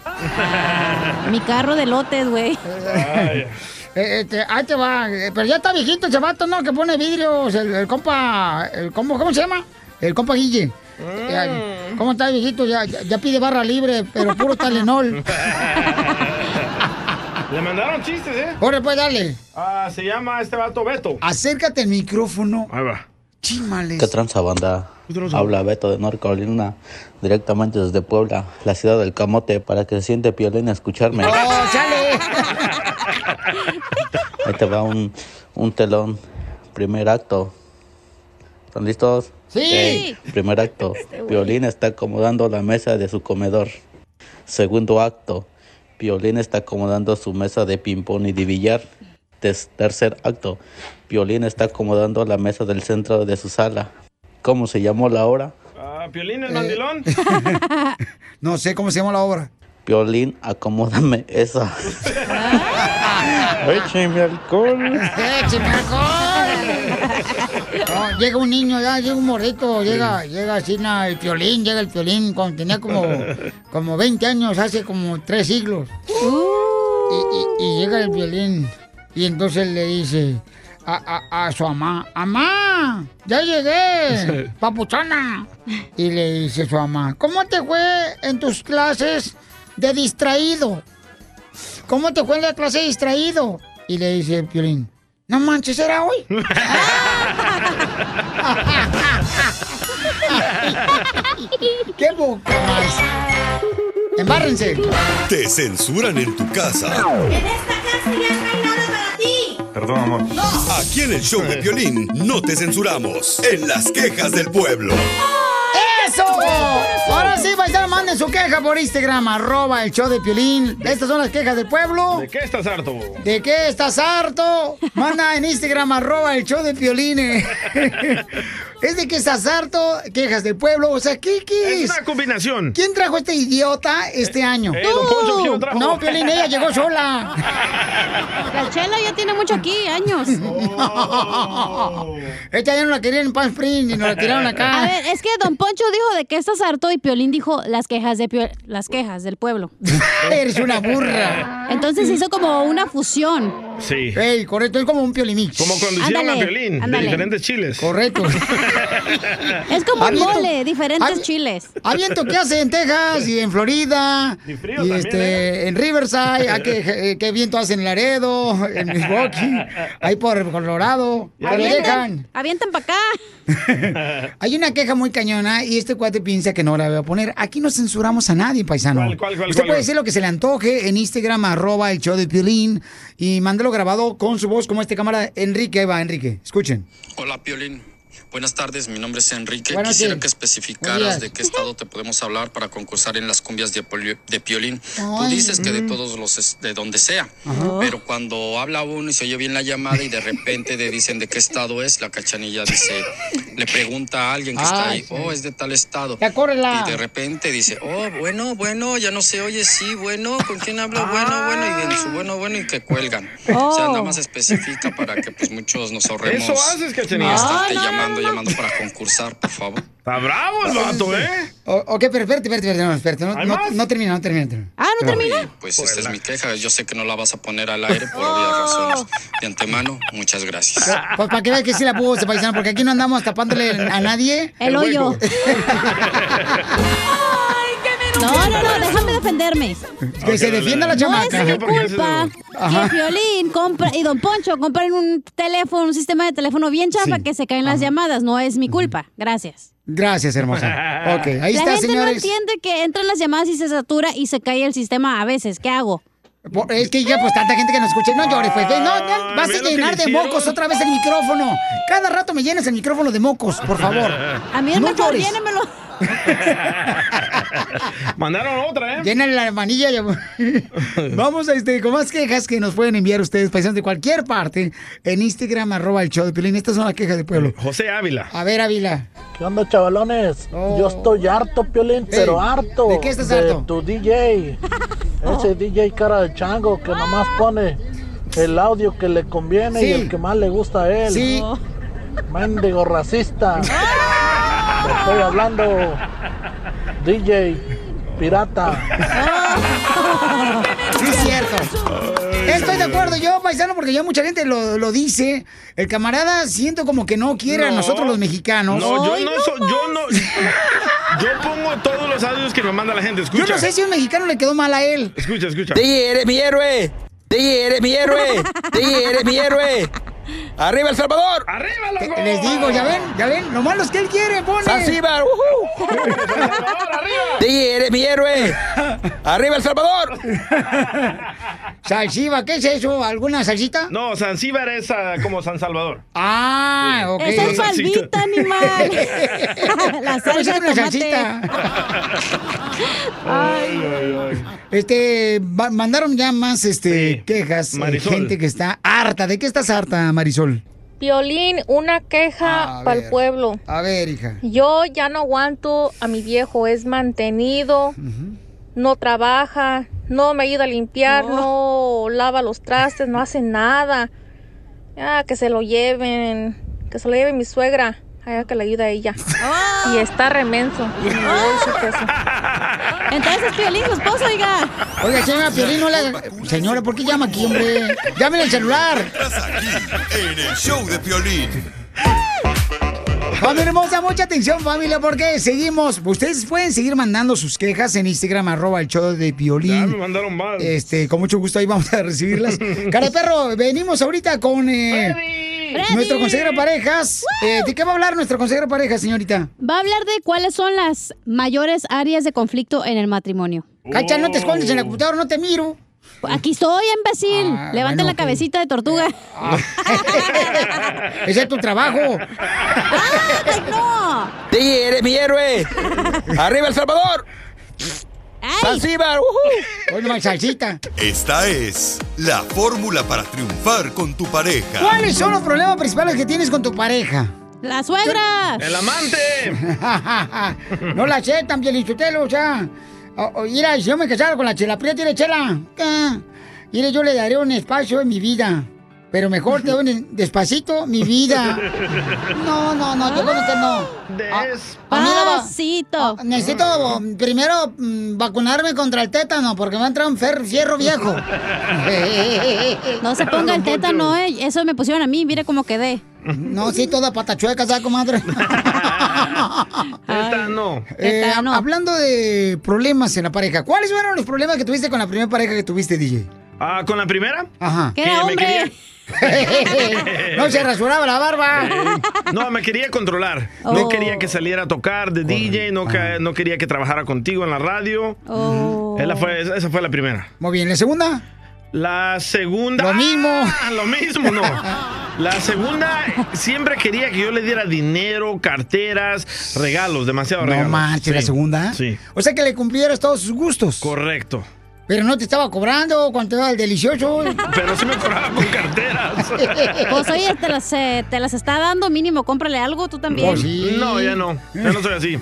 Speaker 2: Mi carro de lotes, güey.
Speaker 1: Eh, este, ahí te va. Eh, Pero ya está viejito el chavato, ¿no? Que pone vidrios. El, el compa. El, compa- ¿Cómo se llama? El compa Guille. Ya, ¿Cómo está, viejito? Ya, ya, ya pide barra libre, pero puro talenol.
Speaker 5: Le mandaron chistes, ¿eh?
Speaker 1: Corre, pues, dale.
Speaker 5: Ah, se llama este vato Beto.
Speaker 1: Acércate al micrófono.
Speaker 5: Ahí va.
Speaker 1: Chímales.
Speaker 20: ¿Qué tranza banda? Habla Beto de North Carolina, directamente desde Puebla, la ciudad del camote, para que se siente piolín a escucharme.
Speaker 5: Ah.
Speaker 1: ¡Oh, chale!
Speaker 20: Ahí te va un, un telón. Primer acto. ¿Están listos?
Speaker 1: ¡Sí!
Speaker 20: Ok, Primer acto. Violín está acomodando la mesa de su comedor. Segundo acto. Violín está acomodando su mesa de ping-pong y de billar. Tes- tercer acto. Violín está acomodando la mesa del centro de su sala. ¿Cómo se llamó la obra?
Speaker 5: Ah, Piolín
Speaker 1: Eh.
Speaker 5: el mandilón.
Speaker 1: No sé cómo se llama la obra.
Speaker 20: Violín, acomódame esa. Écheme alcohol.
Speaker 1: ¡Écheme alcohol! No, llega un niño, ya, llega un morrito, llega, llega así na, el piolín, llega el piolín cuando tenía como, como 20 años, hace como 3 siglos. Y, y- y llega el violín y entonces le dice a, a- a su mamá, ¡Amá! ¡Ya llegué! ¡Papuchona! Y le dice su mamá, ¿cómo te fue en tus clases de distraído? ¿Cómo te fue en la clase de distraído? Y le dice el Piolín, no manches, ¿era hoy? ¡Qué boca más! ¡Embárrense!
Speaker 4: Te censuran en tu casa. Perdón, amor. Aquí en el show de violín no te censuramos. En las quejas del pueblo.
Speaker 1: ¡Eso! Ahora sí, paisano, manden su queja por Instagram, arroba el show de Piolín. Estas son las quejas del pueblo.
Speaker 5: ¿De qué estás harto?
Speaker 1: ¿De qué estás harto? Manda en Instagram, arroba el show de Piolín. eh. ¿Es de qué estás harto? Quejas del pueblo. O sea, ¿qué, qué
Speaker 5: Es una combinación.
Speaker 1: ¿Quién trajo este idiota este año?
Speaker 5: eh, don Poncho,
Speaker 1: ¡Tú!
Speaker 5: ¿quién lo trajo?
Speaker 1: No, Piolín, ella llegó sola.
Speaker 2: La chela ya tiene mucho aquí, años.
Speaker 1: Oh. Esta ya no la querían en Palm Springs y nos la tiraron acá.
Speaker 2: A ver, es que Don Poncho dijo de que estás harto y Piolín dijo las quejas de Pio- las quejas del pueblo.
Speaker 1: Eres una burra.
Speaker 2: Entonces hizo como una fusión.
Speaker 5: Sí.
Speaker 1: Ey, correcto, es como un piolimix.
Speaker 5: Como cuando hicieron
Speaker 2: Ándale,
Speaker 5: a Piolín,
Speaker 2: ándale.
Speaker 5: de diferentes chiles.
Speaker 1: Correcto.
Speaker 2: Es como
Speaker 1: ¿Ha
Speaker 2: un
Speaker 1: visto?
Speaker 2: mole, diferentes
Speaker 1: ¿Ha-
Speaker 2: chiles.
Speaker 1: Hay viento que hace en Texas y en Florida. Y,
Speaker 2: también,
Speaker 5: ¿eh?
Speaker 1: este, en Riverside. hay que, eh, qué viento hace en Laredo, en Milwaukee. Ahí por Colorado. Pero dejan.
Speaker 2: Avienten, avienten para acá.
Speaker 1: Hay una queja muy cañona y este cuate piensa que no la voy a poner. Aquí no censuramos a nadie, paisano.
Speaker 5: ¿Cuál, cuál, cuál,
Speaker 1: Usted
Speaker 5: cuál,
Speaker 1: puede
Speaker 5: cuál?
Speaker 1: decir lo que se le antoje en Instagram, arroba el show de Piolín. Y mándalo grabado con su voz como este cámara. Enrique, ahí va, Enrique. Escuchen.
Speaker 21: Hola, Piolín. Buenas tardes, mi nombre es Enrique.
Speaker 1: Buenas
Speaker 21: Quisiera
Speaker 1: tardes.
Speaker 21: que
Speaker 1: Buenos días.
Speaker 21: especificaras de qué estado te podemos hablar para concursar en las cumbias de, Polio- de Piolín. Tú
Speaker 22: Ay.
Speaker 21: dices que de
Speaker 22: Mm.
Speaker 21: todos los, es- de donde sea,
Speaker 22: Ajá.
Speaker 21: pero cuando habla uno y se oye bien la llamada y de repente le dicen de qué estado es, la cachanilla dice, le pregunta a alguien que está
Speaker 1: Ay,
Speaker 21: ahí, oh, es de tal estado.
Speaker 1: Ya córrela.
Speaker 21: Y de repente dice, oh, bueno, bueno, ya no se oye, sí, bueno, ¿con quién hablo? Bueno, bueno, y en
Speaker 5: Ah.
Speaker 21: su bueno, bueno, y que cuelgan. O sea, nada
Speaker 22: Oh.
Speaker 21: más especifica para que pues muchos nos ahorremos.
Speaker 5: Eso haces, Cachanilla. Ah,
Speaker 21: Estarte
Speaker 5: No, no,
Speaker 21: llamando, llamando para concursar, por favor. Pues,
Speaker 5: Está bravo el vato, ¿eh?
Speaker 1: O- ok, pero espérate, espérate, espérate. No, espérate, no,
Speaker 21: ¿Hay
Speaker 1: no-
Speaker 21: más?
Speaker 1: no termina, no termina, no termina.
Speaker 21: Ah, Pues esta es mi queja. Yo sé que no la vas a poner al aire por
Speaker 1: Oh.
Speaker 21: obvias razones. De antemano, muchas gracias.
Speaker 1: Pues para que veas que sí la pudo ese paisano, porque aquí no andamos tapándole a nadie.
Speaker 21: El hoyo.
Speaker 2: No, no, no, déjame defenderme.
Speaker 1: Que se defienda la chamaca.
Speaker 2: No es mi culpa
Speaker 1: Ajá.
Speaker 2: que Piolín compra, y Don Poncho compran un teléfono, un sistema de teléfono bien chafa que se caen las llamadas. No es mi culpa. Gracias.
Speaker 1: Gracias, hermosa. Ok, ahí
Speaker 2: la
Speaker 1: está,
Speaker 2: gente no
Speaker 1: señores.
Speaker 2: entiende que entran las llamadas y se satura y se cae el sistema a veces. ¿Qué hago?
Speaker 1: Por- es que ya pues tanta gente que nos escucha. No llores, pues. No, no, vas
Speaker 2: mira
Speaker 1: a
Speaker 2: lo que
Speaker 1: llenar de
Speaker 2: hicieron.
Speaker 1: mocos otra vez el micrófono. Cada rato me llenas el micrófono de mocos, por favor.
Speaker 5: A mí es
Speaker 1: no
Speaker 5: mejor, llénemelo. Mandaron otra, ¿eh?
Speaker 1: Llénale la manilla. ya- Vamos a este, con más quejas que nos pueden enviar ustedes, paisanos de cualquier parte, en Instagram, arroba el show de Piolín. Estas son las quejas del pueblo.
Speaker 5: José Ávila.
Speaker 1: A ver, Ávila.
Speaker 23: ¿Qué onda, chavalones? Yo estoy harto, Piolín, pero harto.
Speaker 1: ¿de qué estás harto?
Speaker 23: tu DJ. Ese DJ cara de chango
Speaker 1: Ah.
Speaker 23: que nomás pone el audio que le conviene y
Speaker 22: Sí.
Speaker 23: el que más le gusta a él.
Speaker 22: Sí.
Speaker 23: Mendigo racista. Te estoy hablando, DJ pirata.
Speaker 1: Sí, es cierto. Estoy de acuerdo yo, paisano, porque ya mucha gente lo, lo dice. El camarada siento como que no quiere a
Speaker 5: No.
Speaker 1: nosotros los mexicanos.
Speaker 5: No, yo no, so- yo no. Yo pongo todos los audios que me manda la gente. Escucha.
Speaker 1: Yo no sé si un mexicano le quedó mal a él.
Speaker 5: Escucha, escucha.
Speaker 14: DJ, eres mi héroe. DJ, eres mi héroe. DJ, eres mi héroe. ¡Arriba El Salvador!
Speaker 5: ¡Arriba,
Speaker 1: Te- Les digo, ya ven, ya ven, lo malo es que él quiere, pone.
Speaker 14: ¡Zanzíbar! ¡Uhú! DJ, eres mi héroe. ¡Arriba El Salvador!
Speaker 1: Salsiva, ¿qué es eso? ¿Alguna salsita?
Speaker 5: No, Zanzíbar es ah, como San Salvador.
Speaker 1: Ah, ok.
Speaker 5: Esa es salsita, animal. La salsa
Speaker 1: Esa es
Speaker 5: de
Speaker 1: una
Speaker 5: tomate.
Speaker 1: Este, va- mandaron ya más este, quejas. eh,
Speaker 8: Marisol.
Speaker 1: Gente que está harta. ¿De qué estás harta, Marisol?
Speaker 8: Violín, una queja
Speaker 1: A
Speaker 8: para el
Speaker 1: ver.
Speaker 8: pueblo.
Speaker 1: A ver, hija.
Speaker 8: Yo ya no aguanto a mi viejo, es mantenido, no trabaja, no me ayuda a limpiar, no lava los trastes, no hace nada. Ah, que se lo lleven, que se lo lleve mi suegra, allá que le ayuda a ella.
Speaker 2: Ah.
Speaker 8: Y está remenso. ni le doy su peso.
Speaker 2: Entonces es Piolín, su esposo, oiga.
Speaker 1: Oiga, señora Piolín, no la... Señora, ¿por qué llama aquí, hombre? Llámele el celular.
Speaker 4: En el show de Piolín.
Speaker 1: Familia hermosa, mucha atención, familia, porque seguimos. Ustedes pueden seguir mandando sus quejas en Instagram, arroba el show de Piolín.
Speaker 5: Ya me mandaron mal.
Speaker 1: Este, con mucho gusto ahí vamos a recibirlas. Cara de perro, venimos ahorita con eh, nuestro consejero de parejas. Eh, ¿De qué va a hablar nuestro consejero de parejas, señorita?
Speaker 2: Va a hablar de cuáles son las mayores áreas de conflicto en el matrimonio.
Speaker 1: Cacha, no te Oh. escondes en la computadora, no te miro. Ah,
Speaker 2: Aquí estoy, imbécil. Levanta
Speaker 1: bueno,
Speaker 2: la cabecita de tortuga.
Speaker 1: Ese es tu trabajo.
Speaker 2: ¡No!
Speaker 14: DJ, eres mi héroe. ¡Arriba El Salvador! ¡Zanzíbar! ¡Uhú!
Speaker 1: Bueno, más salsita.
Speaker 4: Esta es la fórmula para triunfar con tu pareja.
Speaker 1: ¿Cuáles son los problemas principales que tienes con tu pareja?
Speaker 2: ¡La suegra!
Speaker 4: El amante.
Speaker 1: no la aceptan, Pielichotelo, o sea. o- o, mira, si yo me casara con la chela prieta, mira, chela. ¿qué? Mira, yo le daré un espacio en mi vida. Pero mejor te doy un despacito mi vida. No, no, no, yo creo que no. Ah, Despacito. Ah, necesito um, primero mm, vacunarme contra el tétano porque me va a entrar un fer- fierro viejo.
Speaker 2: No se ponga el tétano, eh. Eso me pusieron a mí, mire cómo quedé.
Speaker 1: No, sí, toda patachueca, ¿sabes, comadre?
Speaker 5: no.
Speaker 1: Eh, Hablando de problemas en la pareja, ¿cuáles fueron los problemas que tuviste con la primera pareja que tuviste, DJ?
Speaker 5: Ah, ¿Con la primera?
Speaker 1: Ajá.
Speaker 5: Que me quería-
Speaker 1: no se rasuraba la barba.
Speaker 5: No, me quería controlar.
Speaker 1: Oh.
Speaker 5: No quería que saliera a tocar de DJ, no,
Speaker 1: Ah.
Speaker 5: ca- no quería que trabajara contigo en la radio.
Speaker 2: Oh.
Speaker 5: Esa, fue, esa fue la primera.
Speaker 1: Muy bien, ¿la segunda?
Speaker 5: La segunda. Ah,
Speaker 1: Lo mismo.
Speaker 5: lo mismo, no. La segunda siempre quería que yo le diera dinero, carteras, regalos, demasiado
Speaker 1: No
Speaker 5: regalos.
Speaker 1: manches, la
Speaker 5: Sí.
Speaker 1: segunda.
Speaker 5: Sí.
Speaker 1: O sea que le cumplieras todos sus gustos.
Speaker 5: Correcto.
Speaker 1: Pero no te estaba cobrando cuando te daba el delicioso.
Speaker 5: Pero sí me cobraba con carteras.
Speaker 2: Pues oye, te las, eh, te las está dando mínimo, cómprale algo tú
Speaker 1: Oh,
Speaker 2: también.
Speaker 5: No, ya no. Ya no soy así.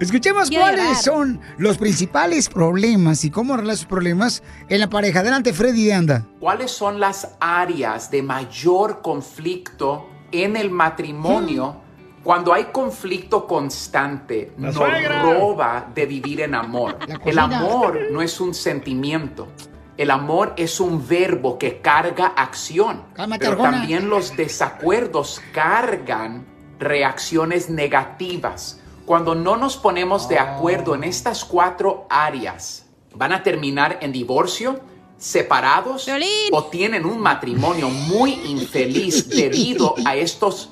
Speaker 1: Escuchemos
Speaker 2: Quiero
Speaker 1: cuáles
Speaker 2: llorar.
Speaker 1: son los principales problemas y cómo arreglar sus problemas en la pareja. Adelante, Freddy de Anda.
Speaker 9: ¿Cuáles son las áreas de mayor conflicto en el matrimonio? Cuando hay conflicto constante,
Speaker 22: Mm. La
Speaker 9: nos
Speaker 22: suegra.
Speaker 9: roba de vivir en amor. El
Speaker 22: cocina.
Speaker 9: amor no es un sentimiento. El amor es un verbo que carga acción.
Speaker 22: Cálmate,
Speaker 9: pero
Speaker 22: Arjona.
Speaker 9: también los desacuerdos cargan reacciones negativas. Cuando no nos ponemos de acuerdo en estas cuatro áreas, van a terminar en divorcio, separados o tienen un matrimonio muy infeliz debido a estos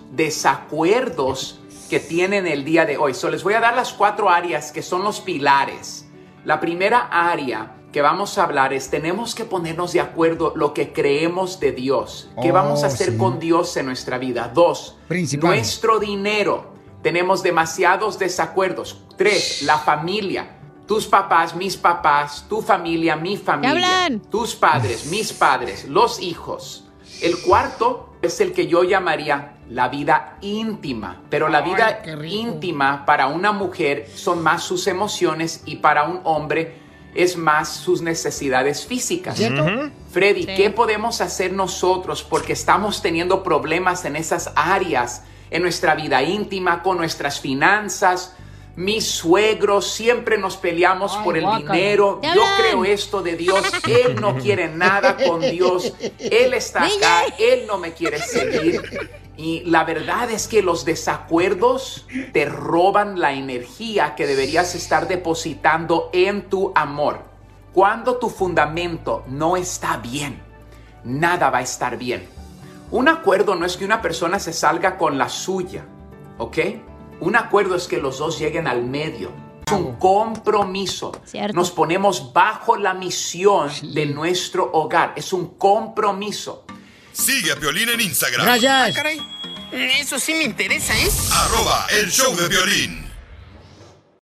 Speaker 9: desacuerdos que tienen el día de hoy. So, les voy a dar las cuatro áreas que son los pilares. La primera área que vamos a hablar es tenemos que ponernos de acuerdo lo que creemos de Dios. ¿Qué
Speaker 22: Oh,
Speaker 9: vamos a hacer
Speaker 22: sí.
Speaker 9: con Dios en nuestra vida? Dos,
Speaker 22: Principal.
Speaker 9: nuestro dinero. Tenemos demasiados desacuerdos. Tres, la familia. Tus papás, mis papás, tu familia, mi familia. Tus padres, mis padres, los hijos. El cuarto es el que yo llamaría la vida íntima. Pero la
Speaker 22: Ay,
Speaker 9: vida
Speaker 22: qué rico.
Speaker 9: íntima para una mujer son más sus emociones y para un hombre es más sus necesidades físicas.
Speaker 22: ¿Cierto? Ujú.
Speaker 9: Freddy,
Speaker 22: Sí.
Speaker 9: ¿qué podemos hacer nosotros porque estamos teniendo problemas en esas áreas, en nuestra vida íntima, con nuestras finanzas? mi suegro, siempre nos peleamos por el
Speaker 13: guácala.
Speaker 9: dinero.
Speaker 13: Ya
Speaker 9: Yo
Speaker 13: ven.
Speaker 9: creo esto de Dios. Él no quiere nada con Dios. Él está acá, él no me quiere seguir. Y la verdad es que los desacuerdos te roban la energía que deberías estar depositando en tu amor. Cuando tu fundamento no está bien, nada va a estar bien. Un acuerdo no es que una persona se salga con la suya, ¿ok? Un acuerdo es que los dos lleguen al medio. Es un compromiso.
Speaker 24: Cierto.
Speaker 9: Nos ponemos bajo la misión de nuestro hogar. Es un compromiso.
Speaker 4: Sigue a Piolín en Instagram.
Speaker 9: Rayas.
Speaker 11: Ah, Eso sí me interesa, ¿eh?
Speaker 4: Arroba el show de violín.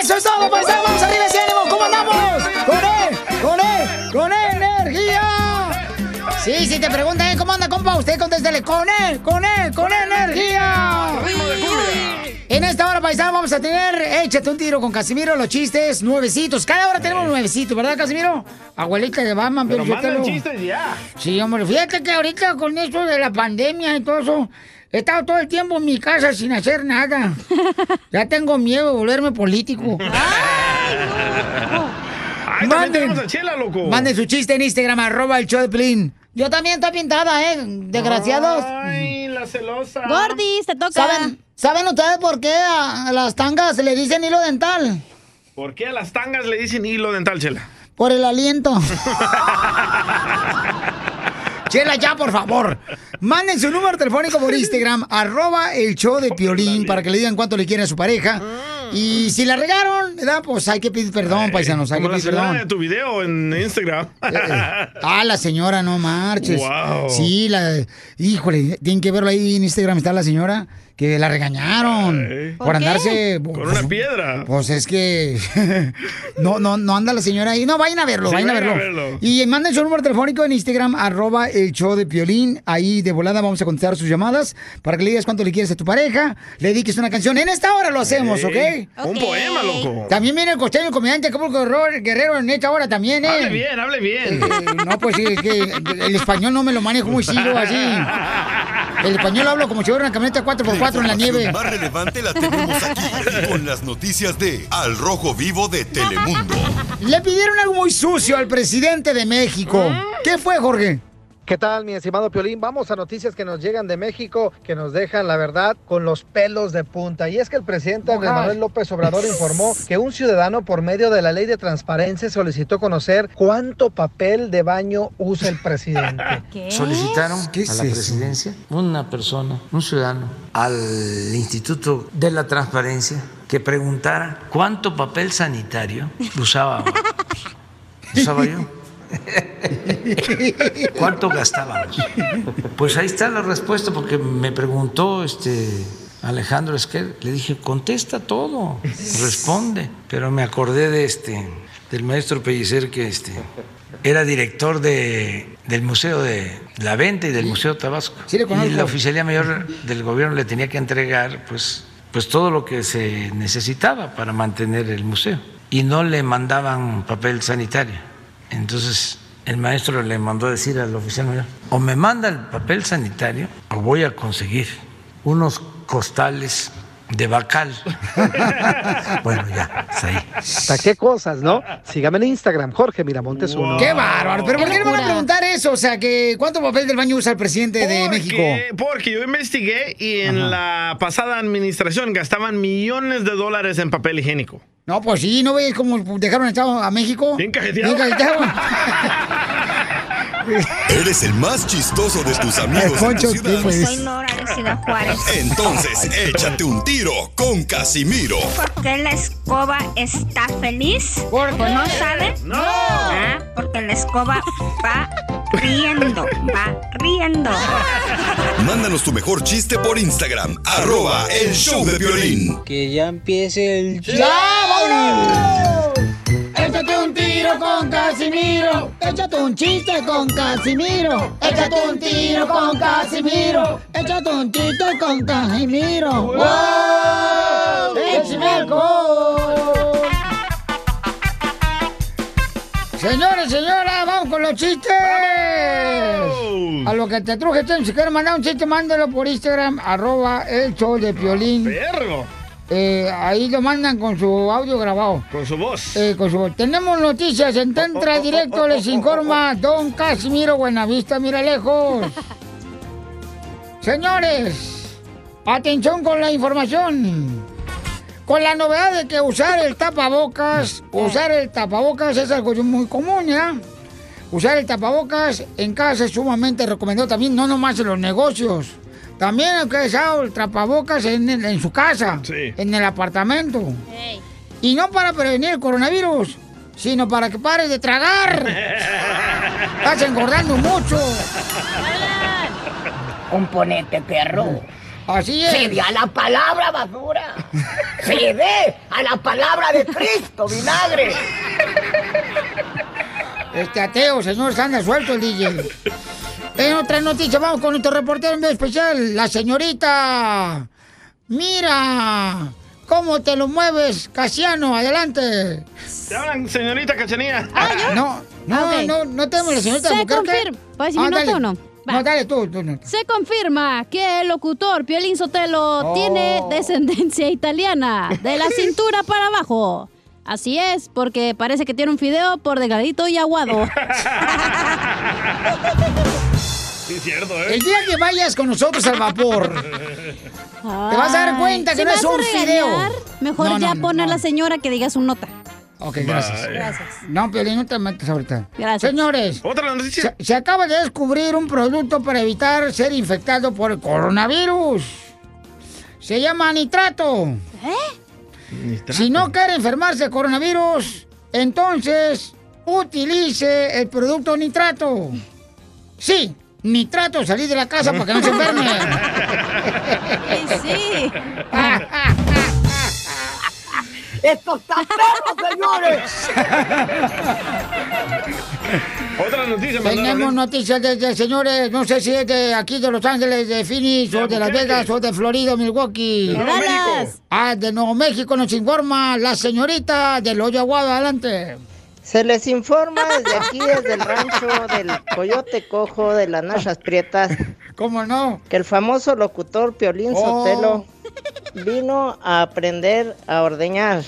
Speaker 1: ¡Eso es todo, paisanos! ¡Vamos arriba ese ánimo! ¿Cómo andamos? ¡Con él! ¡Con él! ¡Con él, energía! Sí, si te preguntan ¿eh? cómo anda, compa, usted contéstele ¡Con él! ¡Con él! ¡Con él, energía! En esta hora, paisano, vamos a tener Échate un tiro con Casimiro, los chistes, nuevecitos. Cada hora tenemos nuevecitos, ¿verdad, Casimiro? Abuelita de Batman,
Speaker 5: Pero
Speaker 1: Pio
Speaker 5: mandan
Speaker 1: Sotelo.
Speaker 5: chistes ya.
Speaker 1: Sí, hombre, fíjate que ahorita con esto de la pandemia y todo eso, he estado todo el tiempo en mi casa sin hacer nada. Ya tengo miedo de volverme político.
Speaker 5: Ay, también tenemos a Chela, loco.
Speaker 1: Manden su chiste en Instagram, arroba el show de Piolín. Yo también estoy pintada, ¿eh? Desgraciados.
Speaker 5: Ay, la celosa.
Speaker 1: Gordis, te toca. ¿Saben, ¿Saben ustedes por qué a a las tangas se le dicen hilo dental?
Speaker 5: ¿Por qué a las tangas le dicen hilo dental, Chela?
Speaker 1: Por el aliento. Chela, ya, por favor. Manden su número telefónico por Instagram, arroba el show de Piolín, para que le digan cuánto le quiere a su pareja.
Speaker 5: Ah.
Speaker 1: Y si la regaron, ¿verdad? pues hay que pedir perdón, paisanos, hay que
Speaker 5: Como la
Speaker 1: pedir
Speaker 5: señora
Speaker 1: perdón.
Speaker 5: de tu video en Instagram.
Speaker 1: Ah, la señora, no marches.
Speaker 5: Wow.
Speaker 1: Sí, la. Híjole, tienen que verlo ahí en Instagram. Está la señora que la regañaron por,
Speaker 5: ¿Por qué?
Speaker 1: andarse.
Speaker 5: Con
Speaker 1: pues,
Speaker 5: una piedra.
Speaker 1: Pues es que. no, no, no anda la señora ahí. No, vayan a verlo,
Speaker 5: Sí,
Speaker 1: vayan a
Speaker 5: vayan
Speaker 1: verlo.
Speaker 5: a verlo.
Speaker 1: Y manden su número telefónico en Instagram, arroba el show de Piolín. Ahí de volada vamos a contestar sus llamadas para que le digas cuánto le quieres a tu pareja, le dediques una canción. En esta hora lo hacemos, ¿ok?
Speaker 5: Ey, un Ok. poema, loco.
Speaker 1: También viene el costeño, el comediante Acapulco Guerrero en esta hora también, ¿eh?
Speaker 5: Hable bien, hable bien.
Speaker 1: Eh, no, pues sí, es que el español no me lo manejo muy chido así. El español hablo como si fuera una camioneta 4x4 en la nieve.
Speaker 4: más relevante la tenemos aquí con las noticias de Al Rojo Vivo de Telemundo.
Speaker 1: Le pidieron algo muy sucio al presidente de México. ¿Qué fue, Jorge?
Speaker 6: ¿Eh? ¿Qué tal, mi estimado Piolín? Vamos a noticias que nos llegan de México, que nos dejan, la verdad, con los pelos de punta. Y es que el presidente Andrés Manuel López Obrador informó que un ciudadano, por medio de la ley de transparencia, solicitó conocer cuánto papel de baño usa el presidente.
Speaker 7: Solicitaron
Speaker 6: ¿Qué
Speaker 7: a
Speaker 6: es
Speaker 7: la
Speaker 6: eso?
Speaker 7: presidencia una persona, un ciudadano, al Instituto de la Transparencia que preguntara cuánto papel sanitario usaba, usaba yo. ¿Cuánto gastábamos? Pues ahí está la respuesta, porque me preguntó este Alejandro Esquer, le dije, contesta todo, responde. Pero me acordé de este, del maestro Pellicer que este era director de, del Museo de la Venta y del Museo Tabasco.
Speaker 1: le conozco.
Speaker 7: y la Oficialía Mayor del Gobierno le tenía que entregar pues, pues todo lo que se necesitaba para mantener el museo. Y no le mandaban papel sanitario. Entonces el maestro le mandó decir al oficial mayor, o me manda el papel sanitario o voy a conseguir unos costales de Bacal. bueno, ya, está ahí.
Speaker 6: ¿Para qué cosas, no? Sígame en Instagram, Jorge Miramontes uno.
Speaker 1: ¡Qué bárbaro! ¿Pero por qué le van a preguntar eso? O sea, que ¿cuánto papel del baño usa el presidente de México?
Speaker 5: Porque- Porque yo investigué y en la pasada administración gastaban millones de dólares en papel higiénico.
Speaker 1: No, pues sí, ¿no ves cómo dejaron echado a México? Bien
Speaker 5: cajeteado.
Speaker 1: Bien cajeteado.
Speaker 4: Eres el más chistoso de tus amigos en tu
Speaker 1: Poncho
Speaker 4: ciudad.
Speaker 1: Tigres.
Speaker 13: Soy Nora de Ciudad Juárez.
Speaker 4: Entonces, échate un tiro con Casimiro.
Speaker 13: ¿Por qué la escoba está feliz? ¿O Pues no sabe?
Speaker 3: ¡No!
Speaker 13: Ah, porque la escoba va riendo, va riendo.
Speaker 4: Mándanos tu mejor chiste por Instagram, arroba el show de violín.
Speaker 18: Que ya empiece el...
Speaker 3: ¡Ya,
Speaker 1: Échate un tiro con Casimiro. Échate un chiste con Casimiro. Échate un tiro con Casimiro. Échate un chiste con Casimiro. ¡Wow! ¡Échame alcohol! Señores, señoras, vamos con los chistes. A lo que te truje, ten, si quieres mandar un chiste, mándalo por Instagram, arroba el show de Piolín.
Speaker 5: Perro.
Speaker 1: Eh, ahí lo mandan con su audio grabado.
Speaker 5: Con su voz. Oh,
Speaker 1: Eh, con su voz. Tenemos noticias en Tantra Directo, les informa Don Casimiro Buenavista, mira lejos. Señores, atención con la información. Con la novedad de que usar el
Speaker 5: Ah.
Speaker 1: tapabocas, usar el tapabocas es algo muy común, ¿ya? Usar el tapabocas en casa es sumamente recomendado también, no nomás en los negocios. También hay que usar el tapabocas en, el- en su casa, en el apartamento. Y no para prevenir el coronavirus, sino para que pares de tragar. Estás engordando mucho.
Speaker 25: Componente, perro.
Speaker 1: Así es.
Speaker 25: Se ve a la palabra basura. Se ve a la palabra de Cristo, vinagre.
Speaker 1: Este ateo, señor, anda suelto el DJ. En otra noticia, vamos con nuestro reportero en vivo especial, la señorita. Mira, cómo te lo mueves, Casiano, adelante.
Speaker 5: Te hablan, señorita Cachanía.
Speaker 1: Ah, No, no,
Speaker 2: Ah, ok.
Speaker 1: no, no tenemos la señorita
Speaker 2: Se
Speaker 1: Buquerque.
Speaker 2: confirma. ¿Puedo decir mi
Speaker 1: dale.
Speaker 2: nota o no? Va.
Speaker 1: No, dale tú, tú no.
Speaker 2: Se confirma que el locutor Piolín Sotelo
Speaker 1: Oh.
Speaker 2: tiene descendencia italiana, de la cintura para abajo. Así es, porque parece que tiene un fideo por delgadito y aguado.
Speaker 5: Sí, cierto, ¿eh?
Speaker 1: El día que vayas con nosotros al vapor, te vas a dar cuenta que
Speaker 2: Si
Speaker 1: no
Speaker 2: me
Speaker 1: es
Speaker 2: vas a
Speaker 1: un fideo.
Speaker 2: regañar, Mejor
Speaker 1: No, no,
Speaker 2: ya
Speaker 1: no,
Speaker 2: pone a la señora que diga su nota.
Speaker 1: Ok, gracias.
Speaker 2: Gracias.
Speaker 1: No, Piolín, no te metas ahorita.
Speaker 2: Gracias.
Speaker 1: Señores, se, se acaba de descubrir un producto para evitar ser infectado por el coronavirus. Se llama nitrato.
Speaker 2: ¿Eh?
Speaker 1: Si no quiere enfermarse de coronavirus, entonces utilice el producto nitrato. Sí, nitrato, salí de la casa para que no se enferme.
Speaker 3: sí.
Speaker 25: ¡Esto está perro, señores!
Speaker 1: Ah,
Speaker 5: Otra noticia,
Speaker 1: Tenemos
Speaker 5: mandaron.
Speaker 1: noticias desde, señores, no sé si es de aquí de Los Ángeles, de Phoenix, o de Las Vegas, o de Florida, Milwaukee.
Speaker 3: De Nuevo México.
Speaker 1: Ah, de Nuevo México nos informa la señorita del hoyo aguado, adelante.
Speaker 16: Se les informa desde aquí, desde el rancho del Coyote Cojo de las Nachas Prietas.
Speaker 1: ¿Cómo no?
Speaker 16: Que el famoso locutor Piolín
Speaker 25: Oh.
Speaker 16: Sotelo vino a aprender a ordeñar.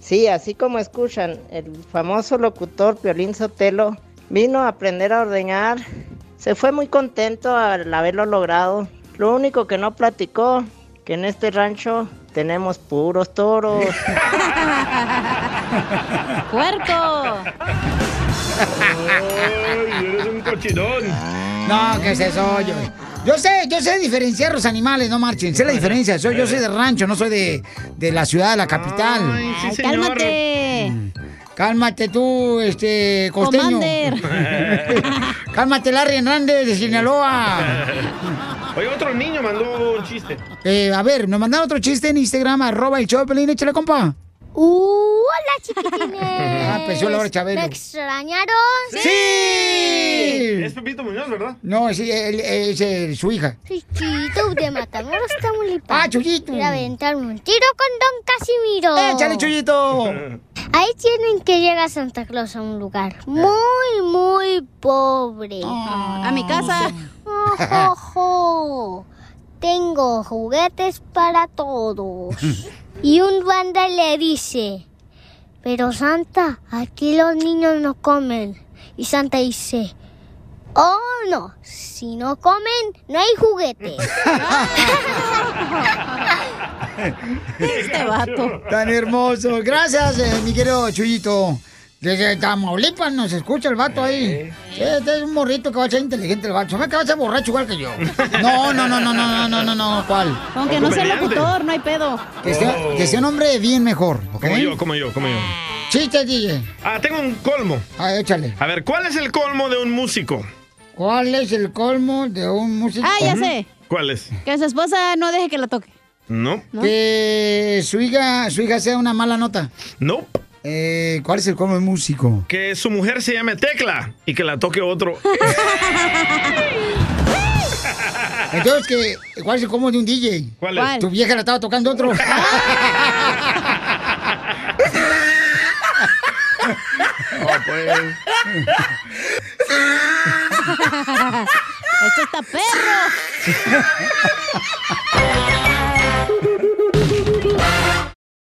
Speaker 16: Sí, así como escuchan, el famoso locutor Piolín Sotelo vino a aprender a ordeñar. Se fue muy contento al haberlo logrado. Lo único que no platicó, que en este rancho tenemos puros toros.
Speaker 2: ¡Puerco!
Speaker 5: Ay, eres un cochinón.
Speaker 1: No, que es eso, yo. Yo sé, yo sé diferenciar los animales, no marchen. Sé la diferencia. Soy, yo soy de rancho, no soy de, de la ciudad, de la capital. Mm.
Speaker 2: Ay, cálmate.
Speaker 1: Cálmate tú, este, costeño.
Speaker 2: Commander.
Speaker 1: Cálmate, Larry Hernández de Sinaloa. Ah.
Speaker 5: Oye, otro niño mandó un chiste.
Speaker 1: Eh, a ver, nos mandan otro chiste en Instagram, arroba el show de Pelín, échale, compa.
Speaker 22: Uh, hola chiquitines.
Speaker 1: Ah, empezó la hora, Chabelo.
Speaker 22: ¿Me extrañaron?
Speaker 1: ¡Sí!
Speaker 5: Es Pepito Muñoz, ¿verdad?
Speaker 1: No, sí, él- él es eh, su hija.
Speaker 22: Chuchito de Matamoros, Tamaulipas.
Speaker 1: Ah, Chuyito.
Speaker 22: Ir a aventarme un tiro con Don Casimiro.
Speaker 1: ¡Échale, Chuyito!
Speaker 22: Ahí tienen que llega Santa Claus a un lugar muy, muy pobre.
Speaker 2: a mi casa.
Speaker 22: Ojo, Tengo juguetes para todos. y un banda le dice, pero Santa, aquí los niños no comen. Y Santa dice, oh no, si no comen, no hay juguetes.
Speaker 1: Este vato. Tan hermoso. Gracias, eh, mi querido Chuyito. Desde Tamaulipas nos escucha el vato ahí. Sí, este es un morrito que va a ser inteligente el vato. Se ve que va a ser borracho igual que yo. No, no, no, no, no, no, no, no, no. ¿Cuál?
Speaker 2: Aunque no sea locutor, no hay pedo.
Speaker 1: Que sea, que sea un
Speaker 5: Oh.
Speaker 1: hombre bien mejor, ¿ok?
Speaker 5: Como yo, como yo, como yo.
Speaker 1: Chiste, DJ.
Speaker 5: Ah, tengo un colmo.
Speaker 1: Ah, échale.
Speaker 5: A ver, ¿cuál es el colmo de un músico?
Speaker 1: ¿Cuál es el colmo de un músico?
Speaker 2: Ah, ya sé.
Speaker 5: ¿Cuál es?
Speaker 2: Que su esposa no deje que la toque.
Speaker 5: No.
Speaker 1: Que su hija, su hija sea una mala nota.
Speaker 5: No.
Speaker 1: Eh, ¿Cuál es el colmo de músico?
Speaker 5: Que su mujer se llame Tecla y que la toque otro.
Speaker 1: Entonces, que, ¿cuál es el colmo de un DJ?
Speaker 5: ¿Cuál es? ¿Cuál?
Speaker 1: Tu vieja la estaba tocando otro.
Speaker 2: ¡Esto está perro!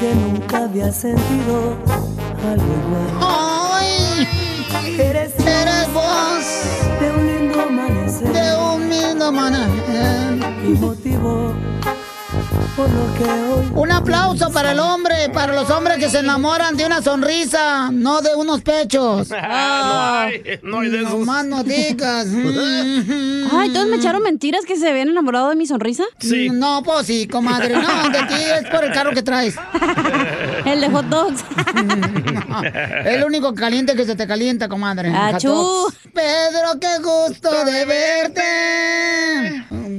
Speaker 11: Que nunca había sentido algo igual.
Speaker 1: Ay,
Speaker 11: Eres,
Speaker 1: eres vos
Speaker 11: de un lindo amanecer
Speaker 1: de un lindo amanecer.
Speaker 11: y motivo por lo que hoy
Speaker 1: Un aplauso para el hombre, para los hombres que se enamoran de una sonrisa, no de unos pechos.
Speaker 5: Ah, no hay, no hay de esos.
Speaker 1: Nomás no digas.
Speaker 2: Ay, ¿todos me echaron mentiras que se habían enamorado de mi sonrisa?
Speaker 5: Sí.
Speaker 1: No, pues sí, comadre. No, de ti es por el carro que traes.
Speaker 5: pues.
Speaker 2: El de hot dogs.
Speaker 1: Es el único caliente que se te calienta, comadre.
Speaker 2: Achú.
Speaker 1: Pedro, qué gusto de verte.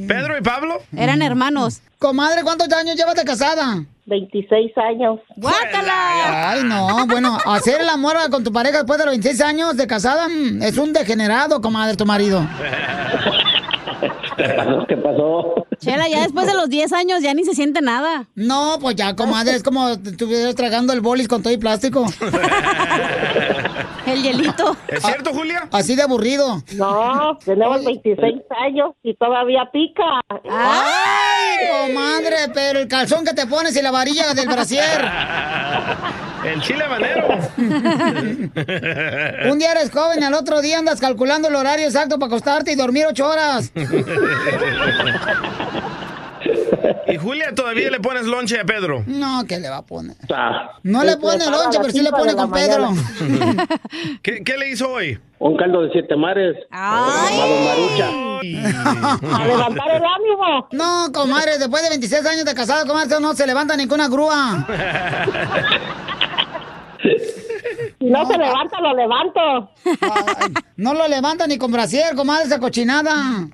Speaker 5: ¿Pedro y Pablo?
Speaker 2: Eran hermanos.
Speaker 1: Comadre, ¿cuántos años llevas de casada?
Speaker 14: 26 años.
Speaker 2: ¡Guácala!
Speaker 1: Ay, no, bueno, hacer el amor con tu pareja después de los 26 años de casada mm, es un degenerado, comadre, tu marido.
Speaker 7: ¿Qué pasó? ¿Qué pasó?
Speaker 2: Chela, ya después de los 10 años ya ni se siente nada.
Speaker 1: No, pues ya, comadre, es como si estuvieras tragando el bolis con todo y plástico.
Speaker 2: El hielito.
Speaker 5: ¿Es cierto, Julia?
Speaker 1: Así de aburrido.
Speaker 14: No, tenemos 26 años y todavía pica.
Speaker 1: ¡Ay, comadre! Pero el calzón que te pones y la varilla del brasier.
Speaker 5: El chile habanero.
Speaker 1: Un día eres joven, al otro día andas calculando el horario exacto para acostarte y dormir ocho horas.
Speaker 5: y Julia, todavía le pones lonche a Pedro.
Speaker 1: No, ¿qué le va a poner?
Speaker 7: Ah,
Speaker 1: No le pone lonche, pero sí le pone con Pedro.
Speaker 5: ¿Qué, qué le hizo hoy?
Speaker 7: un caldo de siete mares. Llamado Marucha.
Speaker 14: A levantar el ánimo.
Speaker 1: No, comadre, después de 26 años de casado, comadre, no se levanta ninguna grúa.
Speaker 14: Si no se levanta, lo levanto.
Speaker 1: No lo levanta ni con brasier, comadre, esa cochinada.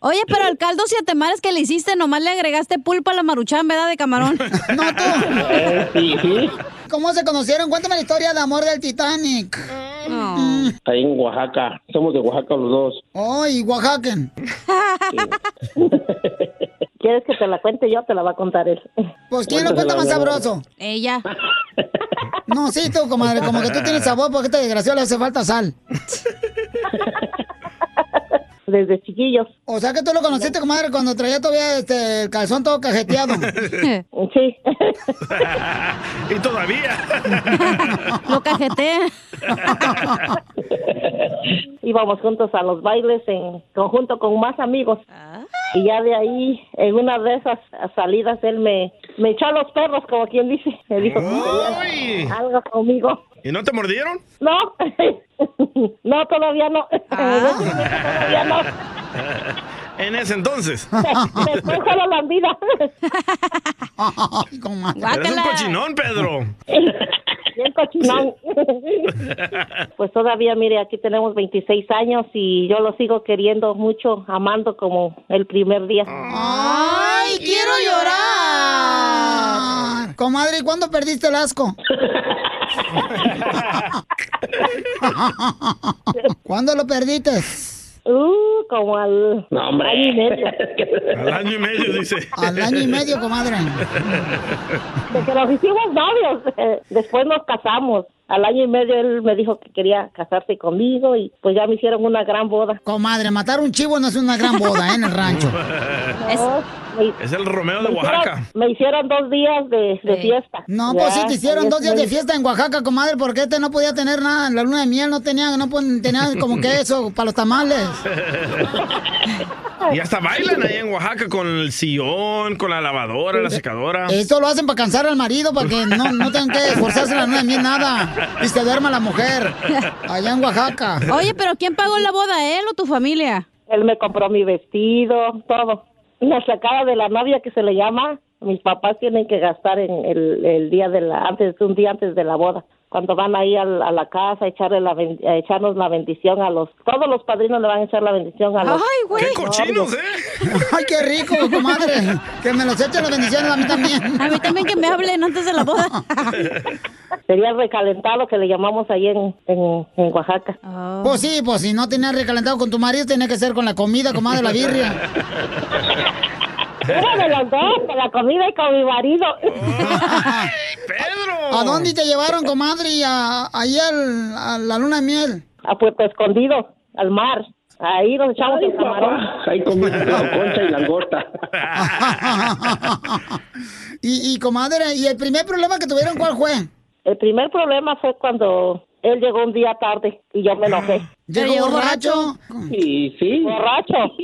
Speaker 2: Oye, pero al caldo siete mares que le hiciste, nomás le agregaste pulpa a la maruchan, ¿verdad? De camarón.
Speaker 1: No tú.
Speaker 7: Eh, sí, sí.
Speaker 1: ¿Cómo se conocieron? Cuéntame la historia de amor del Titanic.
Speaker 2: No.
Speaker 11: Ahí en Oaxaca. Somos de Oaxaca los dos.
Speaker 1: ¡Ay, Oaxacan!
Speaker 14: ¿Quieres que te la cuente yo te la va a contar él?
Speaker 1: Pues ¿quién lo cuenta más sabroso?
Speaker 2: Ella.
Speaker 1: No, sí, tú, comadre, como que tú tienes sabor porque este desgraciado le hace falta sal.
Speaker 14: Desde chiquillos.
Speaker 1: O sea que tú lo conociste, comadre, cuando traía todavía este, el calzón todo cajeteado.
Speaker 14: Sí.
Speaker 5: y todavía.
Speaker 14: Lo cajeté. Íbamos juntos a los bailes en conjunto con más amigos. Y ya de ahí, en una de esas salidas, él me, me echó a los perros, como quien dice. Me dijo que quería algo conmigo.
Speaker 5: ¿Y no te mordieron?
Speaker 14: No, no, todavía no.
Speaker 5: Ah.
Speaker 14: Todavía no.
Speaker 5: en ese entonces.
Speaker 14: Después solo la vida.
Speaker 5: Eres un cochinón, Pedro.
Speaker 14: Bien cochinón. Pues todavía, mire, aquí tenemos 26 años y yo lo sigo queriendo mucho, amando como el primer día.
Speaker 1: ¡Ay, quiero llorar! Comadre, ¿y ¿cuándo perdiste el asco? ¿Cuándo lo perdiste?
Speaker 14: Uh, como al
Speaker 1: No, hombre.
Speaker 14: año y medio.
Speaker 5: Al año y medio, dice.
Speaker 1: Al año y medio, comadre.
Speaker 14: De que nos hicimos novios. eh, Después nos casamos. Al año y medio él me dijo que quería casarse conmigo y pues ya me hicieron una gran boda.
Speaker 1: Comadre, matar un chivo no es una gran boda ¿eh? en el rancho.
Speaker 14: Es,
Speaker 5: Es el Romeo de
Speaker 14: me
Speaker 5: Oaxaca.
Speaker 14: hicieron- me hicieron dos días de, de fiesta.
Speaker 1: No, pues sí, te hicieron dos días de
Speaker 14: fiesta.
Speaker 1: fiesta en Oaxaca, comadre, porque este no podía tener nada. En la luna de miel no tenía, no pon- tenía como que eso para los tamales.
Speaker 5: Y hasta bailan ahí en Oaxaca con el sillón, con la lavadora, la secadora.
Speaker 1: Esto lo hacen para cansar al marido, para que no, no tengan que esforzarse en la luna de miel nada. Y se duerma la mujer allá en Oaxaca.
Speaker 2: Oye, pero ¿quién pagó la boda, él o tu familia?
Speaker 14: Él me compró mi vestido, todo. La sacada de la novia que se le llama, mis papás tienen que gastar en el, el día de la antes un día antes de la boda. Cuando van ahí al- a, la casa a, echarle la ben- a echarnos la bendición a los todos los padrinos le van a echar la bendición a los
Speaker 1: ¡Ay, güey! ¡Qué cochinos, ¿eh? Ay, qué rico, comadre. Que me los echen las bendiciones a mí también.
Speaker 14: A mí también que me hablen antes de la boda. Sería el recalentado que le llamamos ahí en, en, en Oaxaca.
Speaker 1: Pues sí, pues si no tenías recalentado con tu marido, tenía que ser con la comida, comadre, la birria.
Speaker 14: Era de los dos, de la comida y con mi marido.
Speaker 1: ¿A dónde te llevaron, comadre? ¿A, ahí al- a la luna de miel?
Speaker 14: A Puerto Escondido, al mar. Ahí nos echamos el camarón.
Speaker 11: Ahí comimos concha y langosta.
Speaker 1: Y, y, comadre, ¿y el primer problema que tuvieron cuál fue?
Speaker 14: El primer problema fue cuando él llegó un día tarde y yo me enojé.
Speaker 1: ¿Llegó ¿Llegó borracho?
Speaker 11: Y sí.
Speaker 14: Borracho.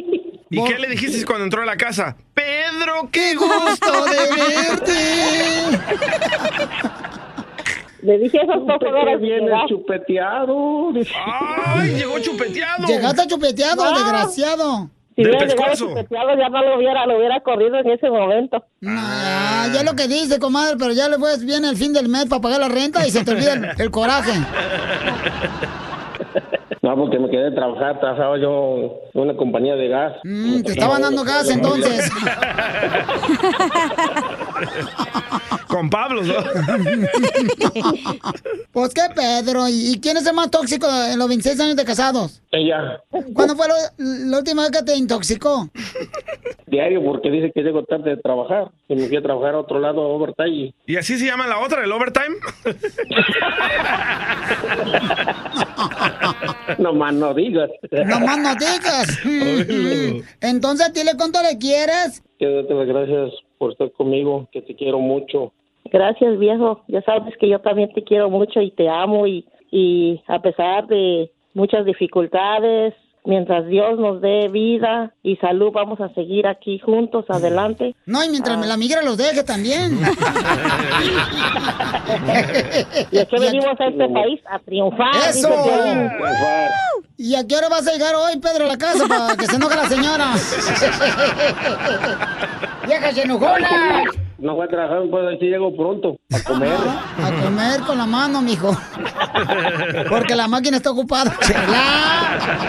Speaker 5: ¿Y qué le dijiste cuando entró a la casa?
Speaker 14: Pedro,
Speaker 1: qué gusto de verte.
Speaker 14: Le dije esas dos palabras.
Speaker 11: Viene chupeteado.
Speaker 5: ¡Ay, llegó chupeteado!
Speaker 1: Llegaste chupeteado,
Speaker 14: No.
Speaker 1: desgraciado.
Speaker 14: Si
Speaker 5: Del
Speaker 14: hubiera llegado
Speaker 5: pescuezo.
Speaker 14: chupeteado, ya no lo hubiera, lo hubiera corrido en ese momento.
Speaker 1: Ah, ya lo que dice, comadre, pero ya le pues viene el fin del mes para pagar la renta y se te olvida el, el coraje.
Speaker 11: No, porque me quedé trabajar, trabajaba yo en una compañía de gas.
Speaker 1: Mm, te estaban dando gas entonces.
Speaker 5: Con Pablo,
Speaker 1: Pues qué, Pedro, ¿y y quién es el más tóxico en los 26 años de casados?
Speaker 11: Ella,
Speaker 1: ¿Cuándo fue lo- la última vez que te intoxicó?
Speaker 11: diario, porque dice que llego tarde de trabajar. Y me fui a trabajar a otro lado, a overtime.
Speaker 5: ¿Y así se llama la otra, el overtime?
Speaker 11: No más no digas.
Speaker 1: No más no digas. Mm, mm. Entonces dile cuánto le quieres.
Speaker 11: Que darte las Pues gracias por estar conmigo, que te quiero mucho.
Speaker 14: Gracias, viejo. Ya sabes que yo también te quiero mucho y te amo. Y, y a pesar de muchas dificultades, mientras Dios nos dé vida y salud, vamos a seguir aquí juntos, adelante.
Speaker 1: No, y mientras me la migra los deje también.
Speaker 14: Y aquí venimos a este país a triunfar.
Speaker 1: ¡Eso!
Speaker 14: dice Piolín.
Speaker 1: ¿Y a qué hora vas a llegar hoy, Pedro, a la casa para que se enoje la señora? ¡Vieja enojona!
Speaker 11: No voy a trabajar, puedo decir, llego pronto a comer.
Speaker 1: A comer con la mano, mijo. Porque la máquina está ocupada. ¡Chela!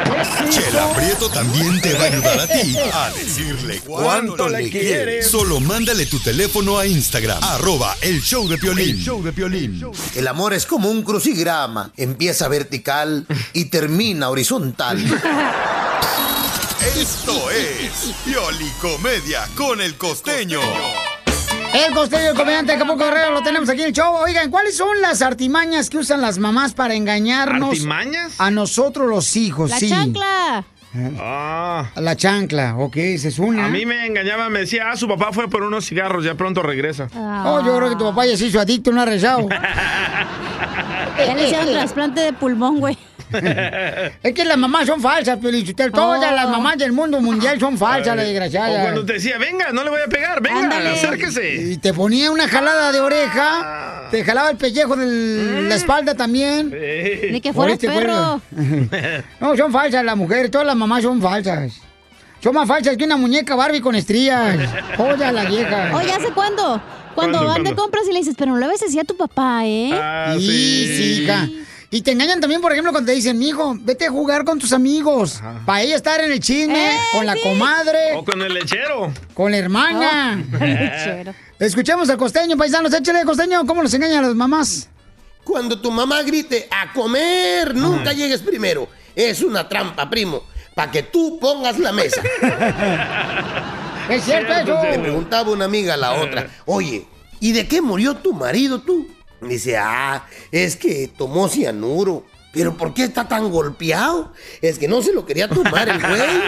Speaker 4: Chela Prieto también te va a ayudar a ti a decirle cuánto le quieres. Solo mándale tu teléfono a Instagram, arroba el show de Piolín.
Speaker 8: El amor es como un crucigrama. Empieza vertical y termina horizontal.
Speaker 4: Esto es Piolicomedia con el costeño.
Speaker 1: El costeño, el comediante de Acapulco Guerrero, lo tenemos aquí en el show. Oigan, ¿cuáles son las artimañas que usan las mamás para engañarnos?
Speaker 5: ¿Artimañas?
Speaker 1: A nosotros los hijos,
Speaker 2: La
Speaker 1: sí. Eh.
Speaker 2: chancla.
Speaker 5: Ah.
Speaker 1: La chancla, ok, esa es una.
Speaker 5: A mí me engañaba, me decía, ah, su papá fue por unos cigarros, ya pronto regresa.
Speaker 1: Oh, yo creo que tu papá ya se hizo adicto, no ha regresado.
Speaker 2: Ya le hicieron trasplante de pulmón, güey.
Speaker 1: es que las mamás son falsas, Piolichutel. Todas
Speaker 2: Oh.
Speaker 1: las mamás del mundo mundial son falsas, la
Speaker 5: O
Speaker 1: desgraciada.
Speaker 5: cuando te decía, venga, no le voy a pegar, venga, acérquese.
Speaker 1: Y te ponía una jalada de
Speaker 5: Ah.
Speaker 1: oreja, te jalaba el pellejo de
Speaker 5: Mm.
Speaker 1: la espalda también. este
Speaker 5: Ni
Speaker 2: que fueras
Speaker 14: pues.
Speaker 2: perro.
Speaker 1: No, son falsas las mujeres, todas las mamás son falsas. Son más falsas que una muñeca Barbie con estrías. Joda la vieja.
Speaker 2: Oye, ¿hace cuándo?
Speaker 1: ¿Cuándo,
Speaker 2: Cuando van de
Speaker 1: cuándo?
Speaker 2: compras y le dices, pero no lo ves así a tu papá, ¿eh?
Speaker 1: y sí, hija. Y te engañan también, por ejemplo, cuando te dicen, mijo, vete a jugar con tus amigos. Para ella estar en el chisme,
Speaker 2: Eh,
Speaker 1: con la comadre,
Speaker 5: O con el lechero.
Speaker 1: con la hermana.
Speaker 5: Oh, el lechero.
Speaker 1: Escuchemos al costeño, paisanos. Échale, costeño, ¿cómo los engañan a las mamás?
Speaker 8: Cuando tu mamá grite a comer, nunca llegues primero. Es una trampa, primo, para que tú pongas la mesa.
Speaker 1: Es cierto eso.
Speaker 8: Le preguntaba una amiga a la otra, oye, ¿y de qué murió tu marido tú? Dice, ah, es que tomó cianuro. ¿Pero por qué está tan golpeado? Es que no se lo quería tomar el güey.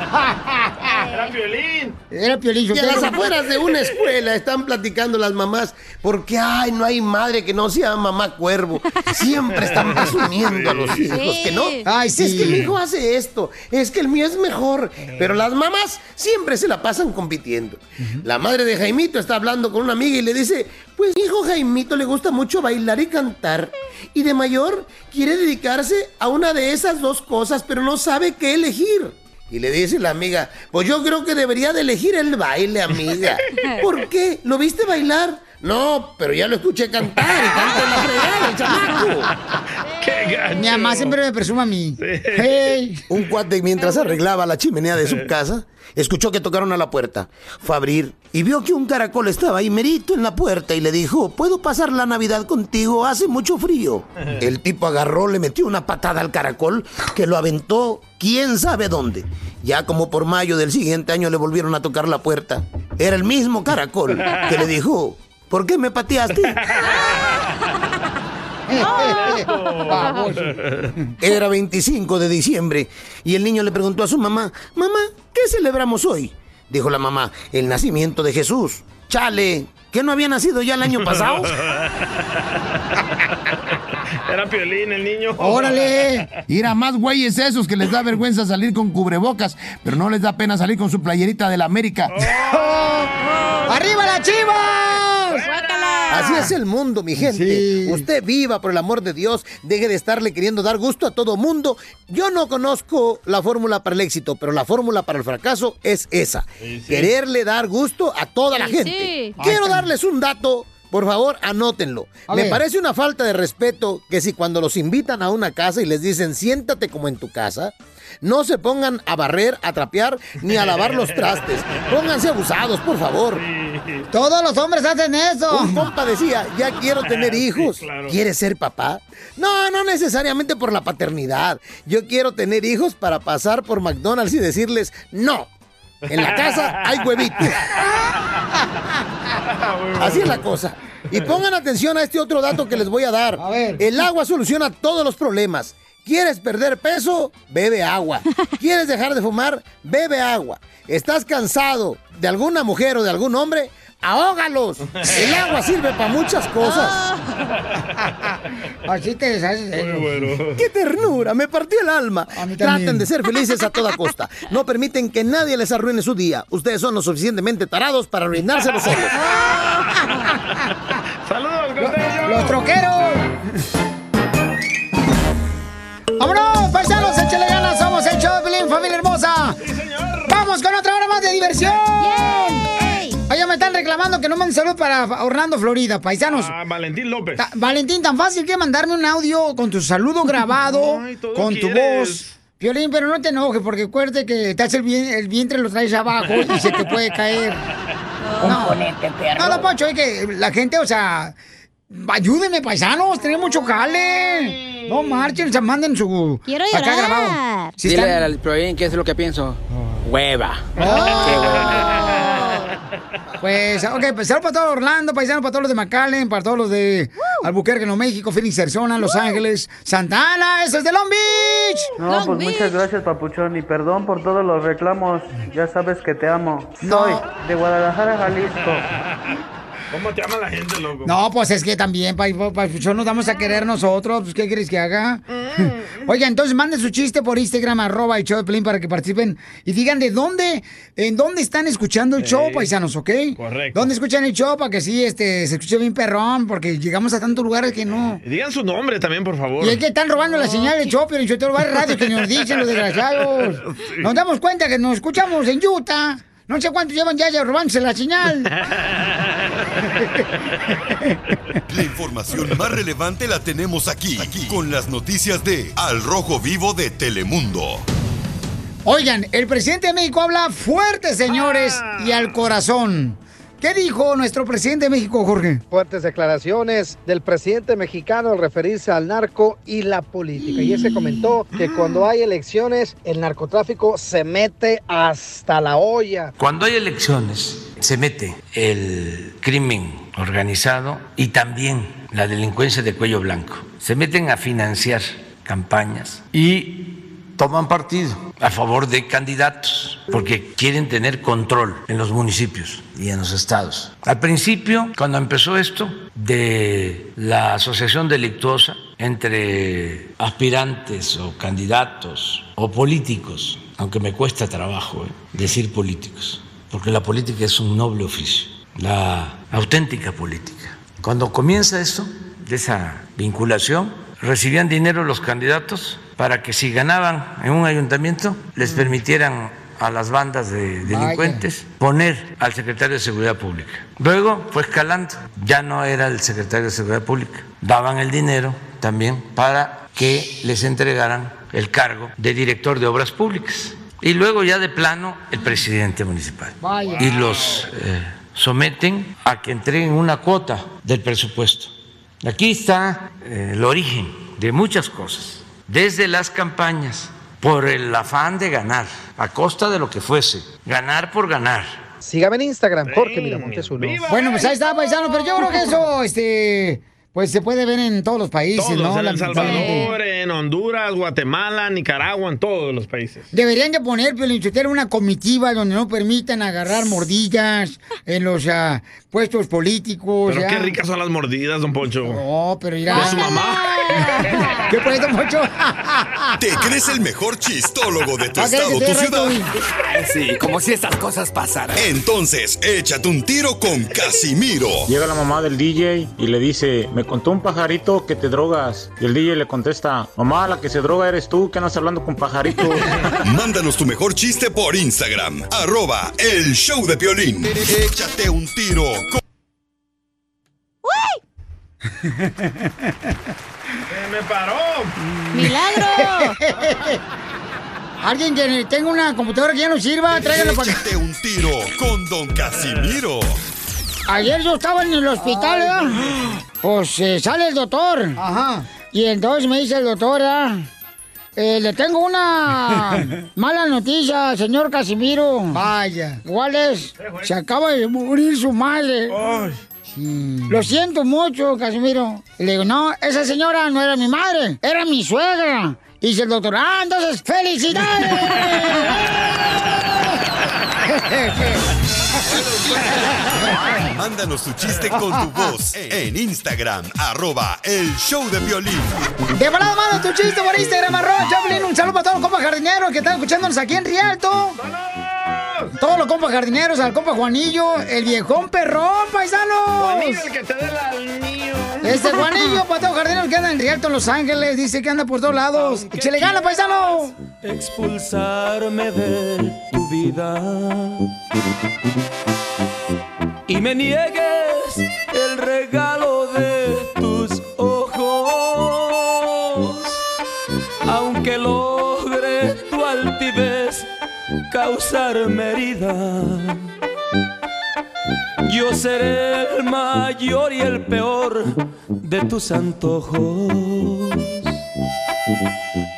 Speaker 5: Era violín.
Speaker 1: Era Piolín.
Speaker 8: Y a
Speaker 1: Sotelo.
Speaker 8: las afueras de una escuela están platicando las mamás porque, ay, no hay madre que no sea mamá cuervo. Siempre están presumiendo a los hijos,
Speaker 1: Sí.
Speaker 8: que no.
Speaker 1: Ay, sí.
Speaker 8: Es que mi hijo hace esto, es que el mío es mejor. Pero las mamás siempre se la pasan compitiendo. La madre de Jaimito está hablando con una amiga y le dice, pues mi hijo Jaimito le gusta mucho bailar y cantar. Y de mayor quiere dedicarse a una de esas dos cosas, pero no sabe qué elegir. Y le dice la amiga, pues yo creo que debería de elegir el baile, amiga. ¿Por qué? ¿Lo viste bailar? No, pero ya lo escuché cantar y canta en la fregada el chamaco.
Speaker 5: ¡Qué
Speaker 1: Mi mamá siempre me presume a mí. Hey.
Speaker 8: Un cuate mientras arreglaba la chimenea de su casa, escuchó que tocaron a la puerta. Fue a abrir y vio que un caracol estaba ahí merito en la puerta y le dijo, ¿puedo pasar la Navidad contigo? Hace mucho frío. El tipo agarró, le metió una patada al caracol que lo aventó quién sabe dónde. Ya como por mayo del siguiente año le volvieron a tocar la puerta. Era el mismo caracol que le dijo, ¿por qué me pateaste?
Speaker 1: Baboso.
Speaker 8: Era 25 de diciembre y el niño le preguntó a su mamá, mamá, ¿qué celebramos hoy? Dijo la mamá, el nacimiento de Jesús. Chale, ¿que no había nacido ya el año pasado?
Speaker 5: Era violín el niño.
Speaker 19: Ir a más güeyes esos que les da vergüenza salir con cubrebocas, pero no les da pena salir con su playerita de la América.
Speaker 1: ¡Arriba la chivas!
Speaker 8: Así es el mundo, mi gente. Usted viva, por el amor de Dios. Deje de estarle queriendo dar gusto a todo mundo. Yo no conozco la fórmula para el éxito, pero la fórmula para el fracaso es esa.
Speaker 19: Sí, sí.
Speaker 8: Quererle dar gusto a toda la
Speaker 19: Sí,
Speaker 8: gente.
Speaker 19: sí.
Speaker 8: Quiero darles un dato. Por favor, anótenlo.
Speaker 19: A
Speaker 8: Me
Speaker 19: ver.
Speaker 8: parece una falta de respeto que si cuando los invitan a una casa y les dicen siéntate como en tu casa, no se pongan a barrer, a trapear ni a lavar los trastes. Pónganse abusados, por favor.
Speaker 1: Todos los hombres hacen eso.
Speaker 8: Un compa decía, ya quiero tener hijos. ¿Quieres ser papá? No, no necesariamente por la paternidad. Yo quiero tener hijos para pasar por McDonald's y decirles, no, en la casa hay huevitos. Así es la cosa. Y pongan atención a este otro dato que les voy a dar. El agua soluciona todos los problemas. ¿Quieres perder peso? Bebe agua. ¿Quieres dejar de fumar? Bebe agua. ¿Estás cansado de alguna mujer o de algún hombre? ¡Ahógalos! El agua sirve para muchas cosas.
Speaker 1: Ah. Así te deshaces. de ellos.
Speaker 8: ¡Qué ternura! Me partió el alma. Traten de ser felices a toda costa. No permiten que nadie les arruine su día. Ustedes son lo suficientemente tarados para arruinarse los solos.
Speaker 1: ¡Los troqueros! ¡Vámonos, paisanos! ¡Échale ganas! ¡Somos el show de Piolín, familia hermosa! ¡Vamos con otra hora más de diversión! Oye, me están reclamando que no manden salud para Orlando, Florida, paisanos.
Speaker 5: Ah, Valentín López.
Speaker 1: Ta- Valentín, tan fácil que mandarme un audio con tu saludo grabado, con tu
Speaker 5: quieres.
Speaker 1: voz. Piolín, pero no te enojes, porque acuérdate que te hace el, vien- el vientre lo traes abajo y se te puede caer. No, no, no, Poncho, es que la gente, o sea, ayúdenme, paisanos, tenemos mucho jale. No marchen, o sea, manden su...
Speaker 11: Quiero
Speaker 1: Acá grabado.
Speaker 11: llorar.
Speaker 1: Si
Speaker 8: Dile
Speaker 1: están- Ah,
Speaker 8: al Proin qué es lo que pienso. Ah, Hueva.
Speaker 1: Pues, ok, pues saludos para todo Orlando, paisanos, para todos los de McAllen, para todos los de Albuquerque, Nuevo México, Phoenix, Arizona, Los Ángeles, Santa Ana, eso es de Long Beach.
Speaker 10: No, pues muchas gracias, Papuchón, y perdón por todos los reclamos. Ya sabes que te amo. Soy de Guadalajara, Jalisco.
Speaker 5: ¿Cómo te ama la gente, loco?
Speaker 1: No, pues es que también, pa, pa- pa- yo nos vamos a querer nosotros, pues ¿qué quieres que haga?
Speaker 5: Mm.
Speaker 1: Oiga, entonces manden su chiste por Instagram, arroba el show de Pelín para que participen y digan de dónde, en dónde están escuchando el show, paisanos, ¿ok?
Speaker 5: correcto.
Speaker 1: ¿Dónde escuchan el show para que sí, este, se escuche bien perrón? Porque llegamos a tantos lugares que no.
Speaker 5: Y Digan su nombre también, por favor.
Speaker 1: Y es que están robando la señal del show, pero yo te lo radio que nos dicen los desgraciados.
Speaker 5: Sí.
Speaker 1: Nos damos cuenta que nos escuchamos en Utah. No sé cuántos llevan ya, ya robándose la señal.
Speaker 4: La información más relevante la tenemos aquí, aquí, con las noticias de Al Rojo Vivo de Telemundo.
Speaker 1: Oigan, el presidente de México habla fuerte, señores,
Speaker 5: Ah.
Speaker 1: y al corazón. ¿Qué dijo nuestro presidente de México, Jorge?
Speaker 6: Fuertes declaraciones del presidente mexicano al referirse al narco y la política. Y ese comentó que cuando hay elecciones, el narcotráfico se mete hasta la olla.
Speaker 7: Cuando hay elecciones, se mete el crimen organizado y también la delincuencia de cuello blanco. Se meten a financiar campañas y toman partido a favor de candidatos porque quieren tener control en los municipios y en los estados. Al principio, cuando empezó esto de la asociación delictuosa entre aspirantes o candidatos o políticos, aunque me cuesta trabajo ¿eh? decir políticos, porque la política es un noble oficio, la auténtica política. Cuando comienza eso, de esa vinculación, recibían dinero los candidatos para que si ganaban en un ayuntamiento les permitieran a las bandas de delincuentes poner al secretario de Seguridad Pública. Luego fue escalando, ya no era el secretario de Seguridad Pública. Daban el dinero también para que les entregaran el cargo de director de Obras Públicas. Y luego ya de plano el presidente municipal
Speaker 1: Vaya.
Speaker 7: y los eh, someten a que entreguen una cuota del presupuesto. Aquí está eh, el origen de muchas cosas, desde las campañas, por el afán de ganar, a costa de lo que fuese, ganar por ganar.
Speaker 6: Sígame en Instagram, Jorge Miramontes uno.
Speaker 1: Bueno, pues ahí está, paisano, pero yo creo que eso, este, pues se puede ver en todos los países,
Speaker 5: Todos,
Speaker 1: ¿no?
Speaker 5: en El
Speaker 1: Lamentablemente.
Speaker 5: Salvador, en Honduras, Guatemala, Nicaragua, en todos los países.
Speaker 1: Deberían de poner, Piolinchotero, una comitiva donde no permitan agarrar mordillas en los ah, puestos políticos.
Speaker 5: Pero
Speaker 1: Pues ya.
Speaker 5: qué ricas son las mordidas, don Poncho.
Speaker 1: No, pero irá.
Speaker 5: De su mamá. Ah,
Speaker 1: ¿Qué pues, don Poncho?
Speaker 4: ¿Te crees el mejor chistólogo de tu
Speaker 8: Ok, que
Speaker 4: estado, tu
Speaker 8: estoy
Speaker 4: ciudad?
Speaker 8: recto.
Speaker 4: Sí, como si estas cosas pasaran. Entonces, échate un tiro con Casimiro.
Speaker 26: Llega la mamá del DJ y le dice, me contó un pajarito que te drogas. Y el DJ le contesta, mamá, la que se droga eres tú, que andas hablando con pajaritos.
Speaker 4: Mándanos tu mejor chiste por Instagram, arroba el show de Piolín. Échate un tiro con...
Speaker 5: ¡Se me paró!
Speaker 1: Ah, ¡Milagro! Alguien que tenga una computadora que ya no sirva, tráigalo para acá.
Speaker 4: Échate un tiro con Don Casimiro.
Speaker 1: Ayer yo estaba en el hospital, ¿verdad? Pues eh, sale el doctor. Ajá. Y entonces me dice el doctor, ¿verdad? Eh, le tengo una mala noticia, señor Casimiro. Vaya. ¿Cuál es? Se acaba de morir su madre. Sí. Lo siento mucho, Casimiro. Le digo, no, esa señora no era mi madre, era mi suegra. Y dice el doctor, ah, entonces, ¡felicidades!
Speaker 4: Mándanos tu chiste con tu voz en Instagram, arroba el show de Piolín.
Speaker 1: De volada, mano, tu chiste por Instagram, arroba Chaplin. Un saludo para todos los compas jardineros que están escuchándonos aquí en Rialto. Todos los compas jardineros, al compa Juanillo, el viejón perrón, paisanos.
Speaker 5: Juanillo, el que te dé el niño.
Speaker 1: Este Juanillo, para todos los jardineros que andan en Rialto, en Los Ángeles, dice que anda por todos lados. ¡Se le gana, paisano!
Speaker 3: Expulsarme de tu vida y me niegues el regalo de tus ojos, aunque logre causarme herida. Yo seré el mayor y el peor de tus antojos.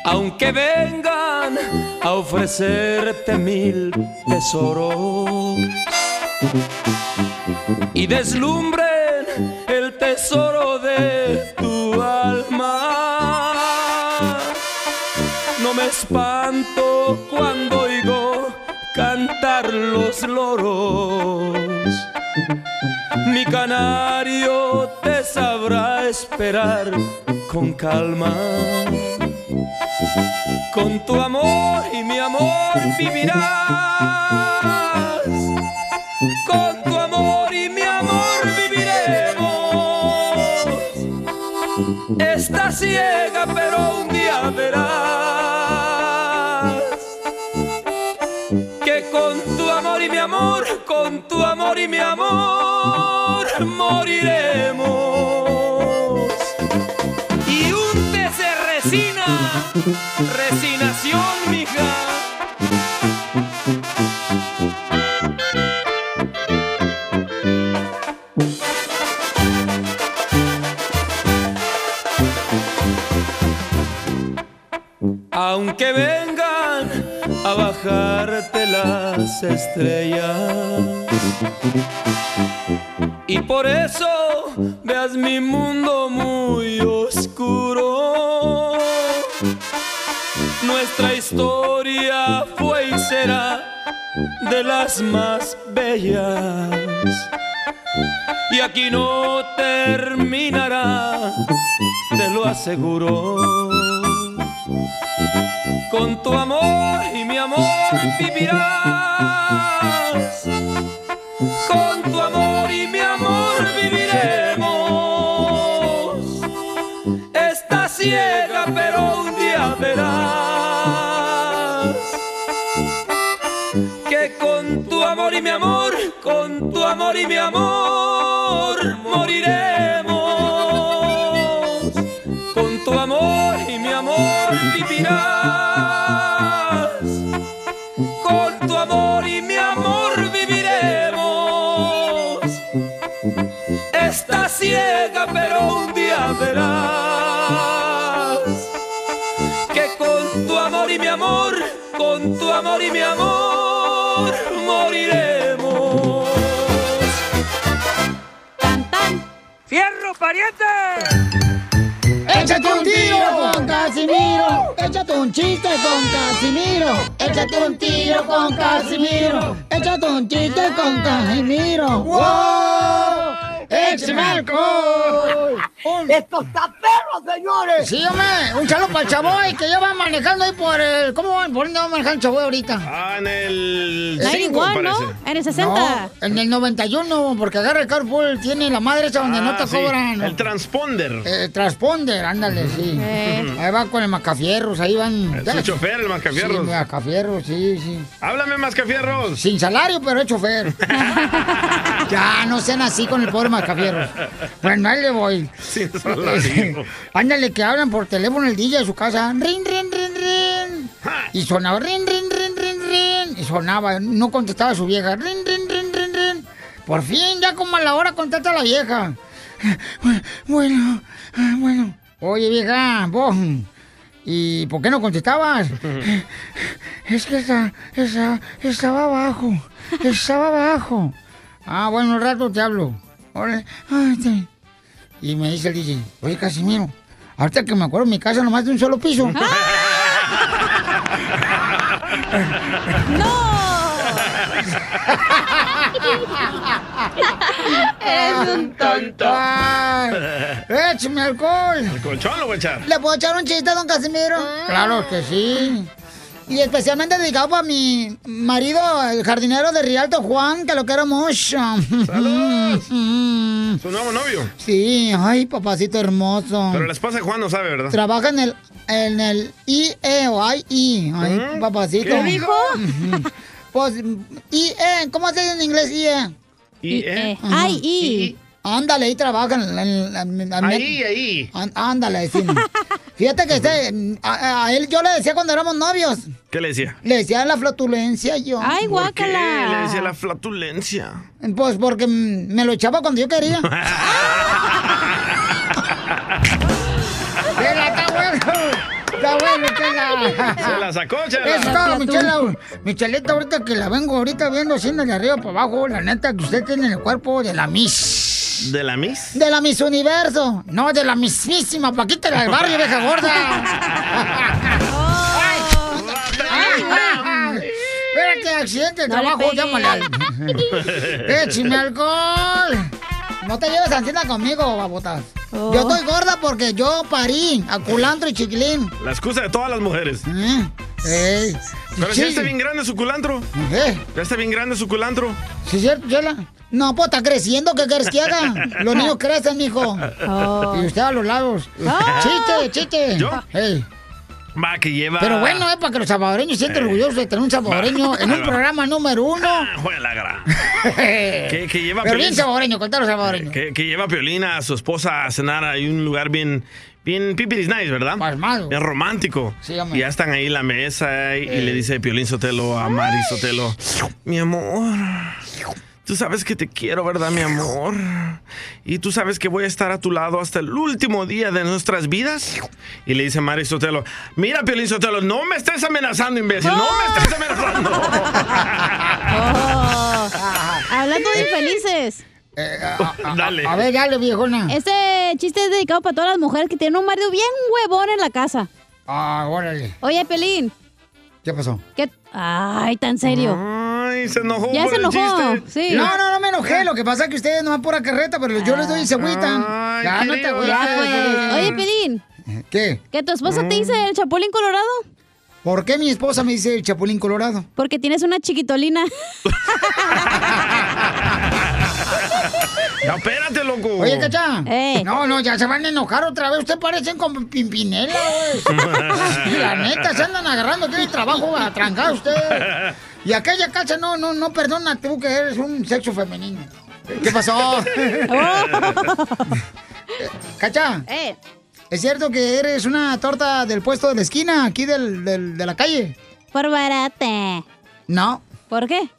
Speaker 3: Aunque vengan a ofrecerte mil tesoros y deslumbren el tesoro de tu alma. No me espanto cuando oigo cantar los loros. Mi canario te sabrá esperar con calma. Con tu amor y mi amor vivirás. Con tu amor y mi amor viviremos. Está ciega, pero un día verás que con tu amor y mi amor, con tu amor y mi amor, moriremos. Y úntese resina, resinación, mija. Aunque vengan a bajarte las estrellas Y por eso veas mi mundo muy oscuro Nuestra historia fue y será de las más bellas Y aquí no terminará, te lo aseguro con tu amor y mi amor vivirás. Con tu amor y mi amor viviremos. Está ciega, pero un día verás que con tu amor y mi amor, con tu amor y mi amor, moriremos. Con tu amor y mi amor vivirás. Con tu amor y mi amor viviremos. Está ciega, pero un día verás que con tu amor y mi amor, con tu amor y mi amor, moriremos.
Speaker 13: ¡Fierro, pariente!
Speaker 1: Échate un tiro con Casimiro. Échate un chiste con Casimiro. Échate un tiro con Casimiro. Échate un chiste con Casimiro. ¡Wow! ¡Échame alcohol!
Speaker 13: ¡Esto está perro, señores!
Speaker 1: Sí, hombre, un saludo para el chavoy que ya va manejando ahí por el. ¿Cómo van? ¿Por dónde va manejando el chavoy ahorita?
Speaker 5: Ah, en el
Speaker 1: La
Speaker 5: 5,
Speaker 1: igual,
Speaker 5: parece.
Speaker 1: En el 60. en el 91, porque agarra el carpool, tiene la madre esa donde no
Speaker 5: Ah,
Speaker 1: te
Speaker 5: sí,
Speaker 1: cobran.
Speaker 5: El transponder.
Speaker 1: Eh, transponder, ándale, sí.
Speaker 5: Eh.
Speaker 1: Ahí van con el Macafierros, ahí van.
Speaker 5: Es un chofer, el Mascafierros.
Speaker 1: Sí, Macafierros, sí, sí.
Speaker 5: Háblame, Mascafierros.
Speaker 1: Sin salario, pero es chofer. ya, no sean así con el pobre Macafierros. Bueno, ahí le voy.
Speaker 5: Sin salario.
Speaker 1: ándale, que hablan por teléfono el DJ de su casa. Rin, rin, rin, rin. Y sonaba rin, rin, rin, rin, rin. Y sonaba, no contestaba su vieja. Rin, rin, rin, rin, rin. Por fin, ya como a la hora contesta la vieja. Bueno, ah, bueno. Oye, vieja, vos. ¿Y por qué no contestabas? Es que esa, esa, estaba abajo. Estaba abajo. Ah, bueno, un rato te hablo. Órale. Ay, te- Y me dice el DJ, oye, Casimiro, ahorita que me acuerdo, mi casa nomás de un solo piso.
Speaker 13: Eres un
Speaker 1: eh,
Speaker 13: tonto.
Speaker 1: Ay, ¡Échame alcohol!
Speaker 5: El colchón lo voy a echar.
Speaker 1: ¿Le puedo echar un chiste, don Casimiro?
Speaker 5: Ah.
Speaker 1: Claro que sí. Y especialmente dedicado para mi marido, el jardinero de Rialto, Juan, que lo quiero mucho. ¡Saludos!
Speaker 5: Su nuevo novio.
Speaker 1: Sí, ay, papacito hermoso.
Speaker 5: Pero la esposa de Juan no sabe, ¿verdad?
Speaker 1: Trabaja en el, en el IE o IE. Ay, papacito.
Speaker 5: ¿Mm? ¿Qué dijo?
Speaker 1: Ujú. E,
Speaker 5: E.
Speaker 1: Pues, IE, ¿cómo se dice en inglés IE?
Speaker 13: E.
Speaker 5: IE.
Speaker 1: Ajá.
Speaker 5: IE.
Speaker 1: Ándale, ahí trabajan. en- en- en- en-
Speaker 5: E. Ahí, ahí.
Speaker 1: Á- Ándale, sí. Fíjate que este, a, a él yo le decía cuando éramos novios,
Speaker 5: ¿Qué le decía?
Speaker 1: le decía la flatulencia yo. Ay,
Speaker 5: ¿Por qué le decía la flatulencia?
Speaker 1: Pues porque mm, me lo echaba cuando yo quería. Chela, está bueno. Está bueno, Chela.
Speaker 5: Se la sacó, Chela.
Speaker 1: Es todo, mi Chela. Mi Chelita, ahorita que la vengo ahorita viendo así de arriba para abajo, la neta que usted tiene en el cuerpo de la Miss.
Speaker 5: ¿De la Miss?
Speaker 1: De la Miss Universo. No, de la mismísima Paquita del barrio, vieja gorda. Espérate, accidente de
Speaker 13: No le
Speaker 1: trabajo,
Speaker 13: pegues.
Speaker 1: llámale al... ¡Échame alcohol! No te lleves encima conmigo, babotas.
Speaker 13: Oh.
Speaker 1: Yo estoy gorda porque yo parí a culantro y chiquilín.
Speaker 5: La excusa de todas las mujeres.
Speaker 1: Ey.
Speaker 5: Pero
Speaker 1: Sí. ¿Eh?
Speaker 5: ya está bien grande su culantro. Ya está bien grande su culantro.
Speaker 1: ¿Sí es cierto, Chela? No, pues está creciendo, ¿qué quieres que haga? Los niños crecen, mijo.
Speaker 5: Oh.
Speaker 1: Y usted a los lados.
Speaker 5: Ah.
Speaker 1: ¡Chiste, chiste!
Speaker 5: ¿Yo?
Speaker 1: Ey.
Speaker 5: Va, que lleva.
Speaker 1: Pero bueno, es para que los salvadoreños se sientan
Speaker 5: Eh.
Speaker 1: orgullosos de tener un salvadoreño en un
Speaker 5: Va.
Speaker 1: programa número uno.
Speaker 5: Juega la gra.
Speaker 1: Pero
Speaker 5: Que, que lleva
Speaker 1: bien
Speaker 5: Piolín-
Speaker 1: salvadoreño, contalo salvadoreño.
Speaker 5: que, que lleva a Piolina a su esposa a cenar a un lugar bien. Bien pipiris nice, ¿verdad? Bien romántico.
Speaker 1: Sí, hombre. Eh.
Speaker 5: y ya están ahí en la mesa eh, y, y le dice Piolín Sotelo a Mari Sotelo. Mi amor. Tú sabes que te quiero, ¿verdad, mi amor? Y tú sabes que voy a estar a tu lado hasta el último día de nuestras vidas. Y le dice Mari Sotelo, mira, Piolín Sotelo, no me estés amenazando, imbécil, no me estés amenazando.
Speaker 1: Oh.
Speaker 2: Hablando de infelices.
Speaker 1: Eh,
Speaker 5: Dale.
Speaker 1: ah, A ver, dale, viejona.
Speaker 2: Este chiste es dedicado para todas las mujeres que tienen un marido bien huevón en la casa.
Speaker 1: Ah, órale.
Speaker 2: Oye, Pelín,
Speaker 1: ¿Qué pasó?
Speaker 2: ¿qué? Ay, tan serio.
Speaker 5: Ay, se enojó.
Speaker 2: Ya se enojó. Sí.
Speaker 1: No, no, no me enojé. Lo que pasa es que ustedes no van pura carreta, pero yo les
Speaker 5: Ah.
Speaker 1: doy cegüita. Ya, no te
Speaker 2: Ya,
Speaker 1: agüites.
Speaker 2: pues. Oye, Pelín,
Speaker 1: ¿Qué?
Speaker 2: ¿que tu esposa te dice el chapulín colorado?
Speaker 1: ¿Por qué mi esposa me dice el chapulín colorado?
Speaker 2: Porque tienes una chiquitolina.
Speaker 5: No, espérate, loco.
Speaker 1: Oye, Cacha.
Speaker 2: Eh.
Speaker 1: No, no, ya se van a enojar otra vez. Ustedes parecen con pimpinela, güey. La neta, se andan agarrando. Tienen trabajo a trancar ustedes. Y aquella Cacha, no, no, no, perdona, tú que eres un sexo femenino. ¿Qué pasó? Oh. Cacha.
Speaker 2: Eh.
Speaker 1: ¿Es cierto que eres una torta del puesto de la esquina, aquí del, del- de la calle?
Speaker 2: Por barata.
Speaker 1: No.
Speaker 2: ¿Por qué?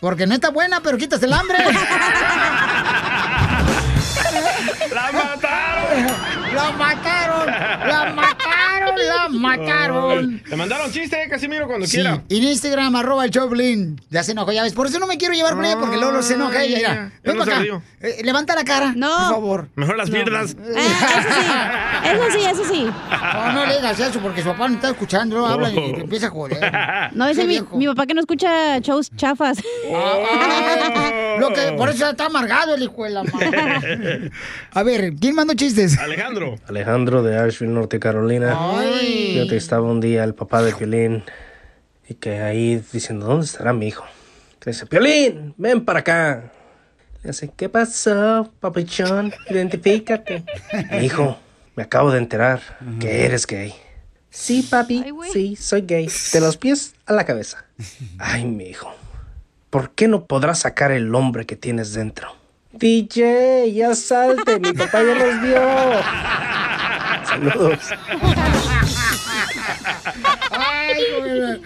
Speaker 1: Porque no está buena, pero quitas el hambre.
Speaker 5: ¡La mataron!
Speaker 1: ¡La mataron! ¡La mataron! ¡La mataron!
Speaker 5: Te mandaron chiste, eh, Casimiro, cuando
Speaker 1: Sí,
Speaker 5: quiera.
Speaker 1: y en Instagram, arroba el Choplin. Ya se enojó, ya ves. Por eso no me quiero llevar con ella, porque luego se enoja ella.
Speaker 5: ya.
Speaker 1: Mira,
Speaker 5: Ya
Speaker 1: ven
Speaker 5: no
Speaker 1: para
Speaker 5: se
Speaker 1: acá.
Speaker 5: rió.
Speaker 1: Eh, levanta la cara, por favor. Eh.
Speaker 5: Mejor las piernas.
Speaker 2: Eso sí, eso sí.
Speaker 1: No, no le digas eso, porque su papá no está escuchando, luego habla
Speaker 5: Oh.
Speaker 1: y
Speaker 2: Oh.
Speaker 1: te empieza a joder.
Speaker 2: No, dice mi, mi papá que no escucha shows chafas.
Speaker 1: Lo que, por eso está amargado el hijo de la madre. A ver, ¿quién mandó chistes?
Speaker 5: Alejandro.
Speaker 25: Alejandro de Asheville, Norte Carolina.
Speaker 1: Ay.
Speaker 25: Yo te estaba un día el papá de Piolín y que ahí diciendo, ¿dónde estará mi hijo? Le dice, Piolín, ven para acá. Le dice, ¿qué pasó, papuchón? Identifícate. Hijo, me acabo de enterar que eres gay. Sí, papi, sí, soy gay. De los pies a la cabeza. Ay, mi hijo, ¿por qué no podrás sacar el hombre que tienes dentro? DJ, ya salte, mi papá ya los vio. Saludos.
Speaker 1: Ay, güey.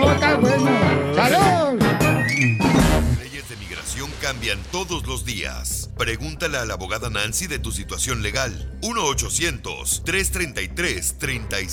Speaker 1: No está bueno. ¡Salud!
Speaker 4: leyes de migración cambian todos los días. Pregúntale a la abogada Nancy de tu situación legal.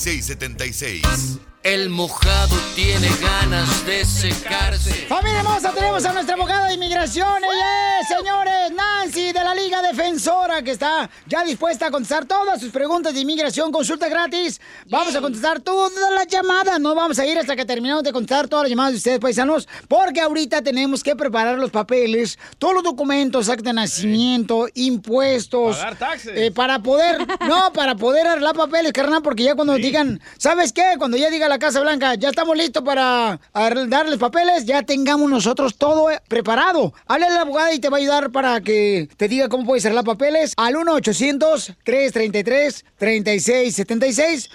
Speaker 4: 1-800-333-3676.
Speaker 16: El mojado tiene ganas de secarse.
Speaker 1: Familia hermosa, tenemos a nuestra abogada de inmigración. Ella es, señores, Nancy de la Liga Defensora, que está ya dispuesta a contestar todas sus preguntas de inmigración. Consulta gratis. Vamos a contestar todas las llamadas. No vamos a ir hasta que terminemos de contestar todas las llamadas de ustedes, paisanos, porque ahorita tenemos que preparar los papeles, todos los documentos, acta de nacimiento, impuestos.
Speaker 5: Pagar taxes.
Speaker 1: eh, para poder, no, para poder arreglar papeles, carnal, porque ya cuando digan, ¿sabes qué? Cuando ya diga la la Casa Blanca. Ya estamos listos para darles papeles. Ya tengamos nosotros todo eh, preparado. Habla a la abogada y te va a ayudar para que te diga cómo puedes arreglar papeles al 1-800-333-3676.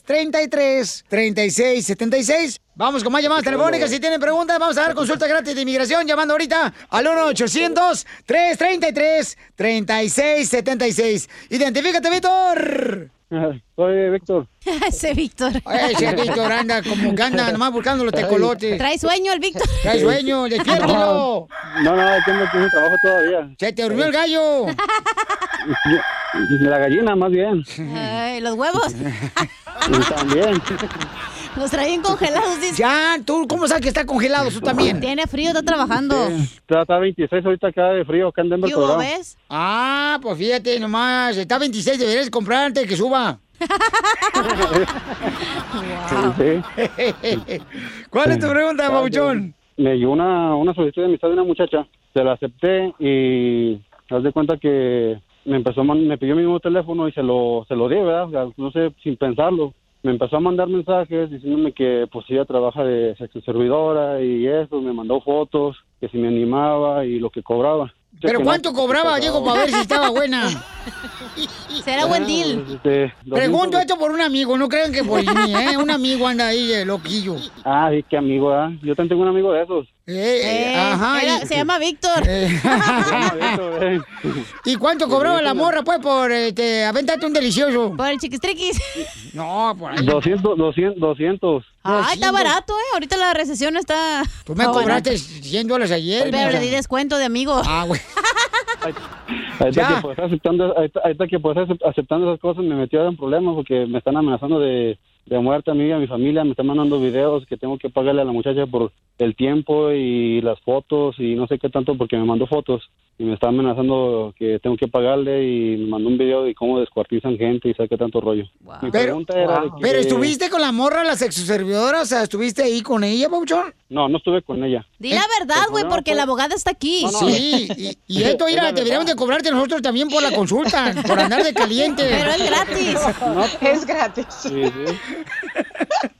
Speaker 1: 1-800-333-3676. Vamos con más llamadas telefónicas. Si tienen preguntas, vamos a dar consulta gratis de inmigración llamando ahorita al 1-800-333-3676. Identifícate, Víctor.
Speaker 10: Soy Víctor.
Speaker 2: Ese Víctor.
Speaker 1: Ese Víctor anda como que anda nomás buscando los tecolotes.
Speaker 2: Trae sueño el Víctor.
Speaker 1: Trae sueño, despiértelo.
Speaker 10: No, no, yo no tengo trabajo todavía.
Speaker 1: Se te durmió el gallo.
Speaker 10: La gallina, más bien.
Speaker 2: Ay, los huevos.
Speaker 10: También.
Speaker 2: Los traen congelados, dice.
Speaker 1: Ya, tú, ¿cómo sabes que está congelado tú también?
Speaker 2: Tiene frío, está trabajando.
Speaker 10: Está, está 26 ahorita acá de frío, acá en Denver,
Speaker 2: ¿Y hubo,
Speaker 10: Colorado.
Speaker 2: ves?
Speaker 1: Ah, pues fíjate nomás. Está 26, deberías comprar antes que suba.
Speaker 10: Sí, sí.
Speaker 1: ¿Cuál es tu pregunta, Pabuchón?
Speaker 10: Ah, Me llegó una, una solicitud de amistad de una muchacha. Se la acepté y haz de cuenta que me empezó a man- me pidió mi mismo teléfono y se lo, se lo di, ¿verdad? O sea, no sé, sin pensarlo. Me empezó a mandar mensajes diciéndome que pues ella trabaja de sexo servidora y eso, me mandó fotos, que si me animaba y lo que cobraba.
Speaker 1: ¿Pero
Speaker 10: Que no-
Speaker 1: cuánto cobraba, Diego, para ver si estaba buena?
Speaker 2: Será buen deal.
Speaker 10: Este,
Speaker 1: Pregunto esto por un amigo, no crean que por mí, ¿eh? Un amigo anda ahí de loquillo.
Speaker 10: Ah, sí, qué amigo, ¿ah? Yo también tengo un amigo de esos.
Speaker 1: Eh, ajá,
Speaker 2: era-
Speaker 1: y- Eh,
Speaker 2: Se llama Víctor.
Speaker 1: ¿Y cuánto cobraba la morra, pues, por este, aventarte un delicioso? Por el chiquistriquis. No, por ahí.
Speaker 10: 200, 200, 200.
Speaker 1: Ah,
Speaker 2: Ay, está barato, ¿eh? Ahorita la recesión está.
Speaker 1: Tú me cobraste 100 dólares ayer.
Speaker 2: Pero
Speaker 10: mija.
Speaker 2: le di descuento de amigo.
Speaker 1: Ah, güey.
Speaker 10: Ahí está
Speaker 1: Ya.
Speaker 10: que pues aceptando, ahí está- ahí está que pues acep- aceptando esas cosas me metió en problemas porque me están amenazando de, de muerte a mí y a mi familia, me están mandando videos que tengo que pagarle a la muchacha por el tiempo y las fotos y no sé qué tanto porque me mandó fotos y me está amenazando que tengo que pagarle y me mandó un video de cómo descuartizan gente y sabe qué tanto rollo.
Speaker 1: Pero,
Speaker 10: Mi pregunta era de que-
Speaker 1: pero estuviste con la morra, la sexoservidora, o sea, estuviste ahí con ella, Pauchón.
Speaker 10: No, no estuve con ella.
Speaker 2: Di la verdad,
Speaker 10: pues
Speaker 2: güey, porque la abogada está aquí.
Speaker 1: Sí, y, y esto, mira, deberíamos de cobrarte nosotros también por la consulta, por andar de caliente.
Speaker 2: Pero es gratis.
Speaker 10: es gratis. Sí, sí.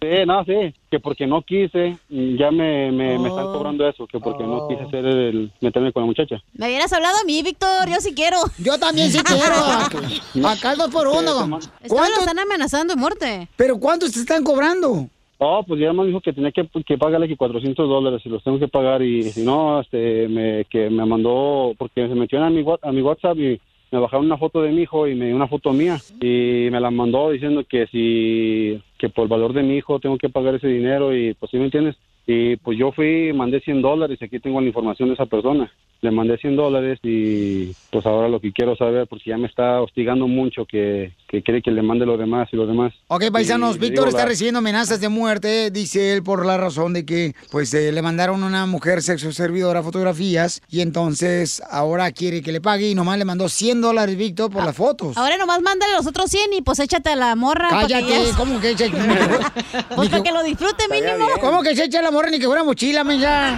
Speaker 10: Sí, no, sí, que porque no quise, ya me, me, me están cobrando eso, que porque no quise hacer el, meterme con la muchacha.
Speaker 2: Me hubieras hablado a mí, Víctor. Yo sí quiero.
Speaker 1: Yo también sí quiero. Acá dos por
Speaker 10: Este,
Speaker 1: uno.
Speaker 2: ¿Cuánto? están amenazando de muerte.
Speaker 1: ¿Pero cuántos te están cobrando?
Speaker 10: Oh, pues ya me dijo que tenía que, que pagarle que 400 dólares y los tengo que pagar y si no, este, me, que me mandó, porque se metió a mi, wa- a mi WhatsApp y me bajaron una foto de mi hijo y me dio una foto mía y me la mandó diciendo que si, que por el valor de mi hijo tengo que pagar ese dinero y pues si me entiendes. Y pues yo fui, mandé 100 dólares y aquí tengo la información de esa persona. Le mandé 100 dólares y pues ahora lo que quiero saber, porque ya me está hostigando mucho que, que quiere que le mande lo demás y lo demás.
Speaker 1: Ok,
Speaker 10: Y
Speaker 1: paisanos,
Speaker 10: le
Speaker 1: Víctor
Speaker 10: digo
Speaker 1: está
Speaker 10: la-
Speaker 1: recibiendo amenazas de muerte, dice él, por la razón de que pues eh, le mandaron una mujer sexo servidora fotografías y entonces ahora quiere que le pague y nomás le mandó 100 dólares, Víctor, por las fotos.
Speaker 2: Ah, Ahora nomás mándale los otros 100 y pues échate a la morra. pa' que
Speaker 1: Cállate,
Speaker 2: ya-
Speaker 1: ¿cómo que echa?
Speaker 2: Pues para que lo disfrute mínimo.
Speaker 1: ¿Cómo que se echa la morra ni que fuera mochila, mensa?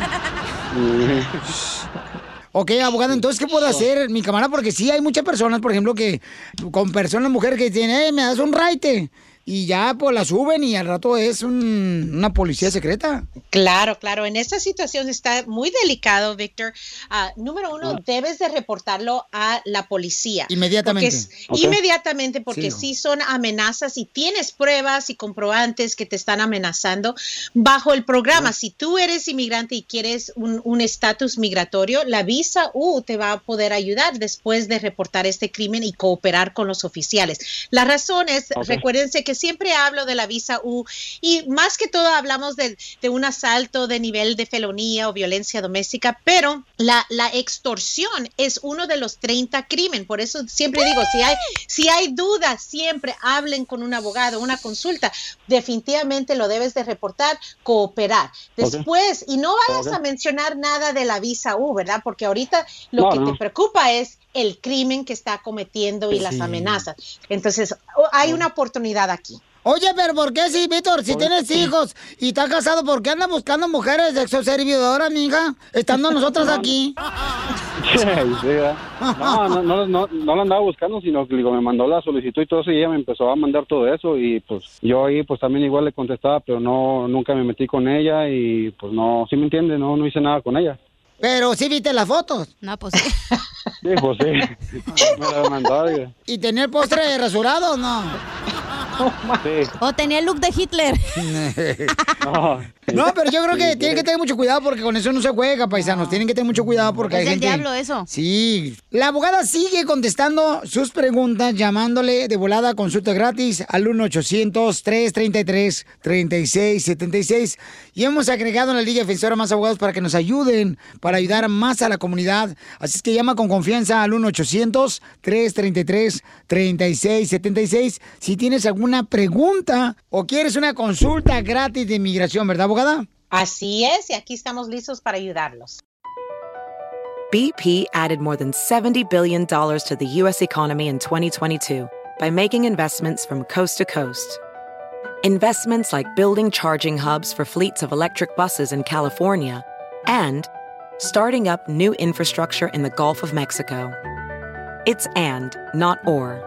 Speaker 1: Ok, abogado, entonces, ¿qué puedo hacer, mi camarada? Porque sí hay muchas personas, por ejemplo, que con personas, mujeres que dicen, eh, me das un raite. Y ya, pues, la suben y al rato es un- una policía secreta.
Speaker 12: Claro, claro. En esta situación está muy delicado, Víctor. Ah, número uno, debes de reportarlo a la policía.
Speaker 1: Inmediatamente.
Speaker 12: Porque es-
Speaker 1: Ok.
Speaker 12: Inmediatamente, porque
Speaker 1: Sí.
Speaker 12: si son amenazas y tienes pruebas y comprobantes que te están amenazando bajo el programa. Si tú eres inmigrante y quieres un un estatus migratorio, la visa U te va a poder ayudar después de reportar este crimen y cooperar con los oficiales. La razón es,
Speaker 18: Ok.
Speaker 12: recuérdense que siempre hablo de la visa U y más que todo hablamos de, de un asalto de nivel de felonía o violencia doméstica, pero la, la extorsión es uno de los 30 crimen. Por eso siempre digo, si hay, si hay dudas, siempre hablen con un abogado, una consulta. Definitivamente lo debes de reportar, cooperar.
Speaker 18: Ok.
Speaker 12: Después, y no vayas
Speaker 18: Ok.
Speaker 12: a mencionar nada de la visa U, ¿verdad? Porque ahorita lo
Speaker 18: No,
Speaker 12: que
Speaker 18: no.
Speaker 12: te preocupa es el crimen que está cometiendo y las
Speaker 18: Sí.
Speaker 12: amenazas. Entonces, o- hay una oportunidad aquí.
Speaker 1: Oye, pero ¿por qué sí, Víctor? Si tienes hijos y estás casado, ¿por qué andas buscando mujeres exoservidoras, mija? Estando nosotras aquí.
Speaker 10: Sí, ¿verdad? no, no, no, no, no la andaba buscando, sino que digo, me mandó la solicitud y todo eso y ella me empezó a mandar todo eso y pues yo ahí pues también igual le contestaba, pero no, nunca me metí con ella y pues no, sí me entiende, no, no hice nada con ella.
Speaker 1: Pero sí viste las fotos.
Speaker 2: No, pues sí.
Speaker 10: Sí, pues sí, me la mandó. oiga.
Speaker 1: ¿Y tenía el postre rasurado o no?
Speaker 10: Sí.
Speaker 2: O tenía el look de Hitler.
Speaker 10: No,
Speaker 1: No, pero yo creo que tienen que tener mucho cuidado porque con eso no se juega, paisanos. Tienen que tener mucho cuidado porque
Speaker 2: Es
Speaker 1: hay
Speaker 2: del
Speaker 1: gente...
Speaker 2: diablo eso.
Speaker 1: Sí. La abogada sigue contestando sus preguntas llamándole de volada consulta gratis al 1-800-333-3676. Y hemos agregado en la Liga Defensora más abogados para que nos ayuden, para ayudar más a la comunidad. Así es que llama con confianza al 1-800-333-3676 si tienes alguna pregunta o quieres una consulta gratis de inmigración, ¿verdad, abogada?
Speaker 12: Así es, y aquí estamos listos para ayudarlos.
Speaker 27: BP added more than $70 billion to the U.S. economy in 2022 by making investments from coast to coast. Investments like building charging hubs for fleets of electric buses in California and starting up new infrastructure in the Gulf of Mexico. It's and, not or.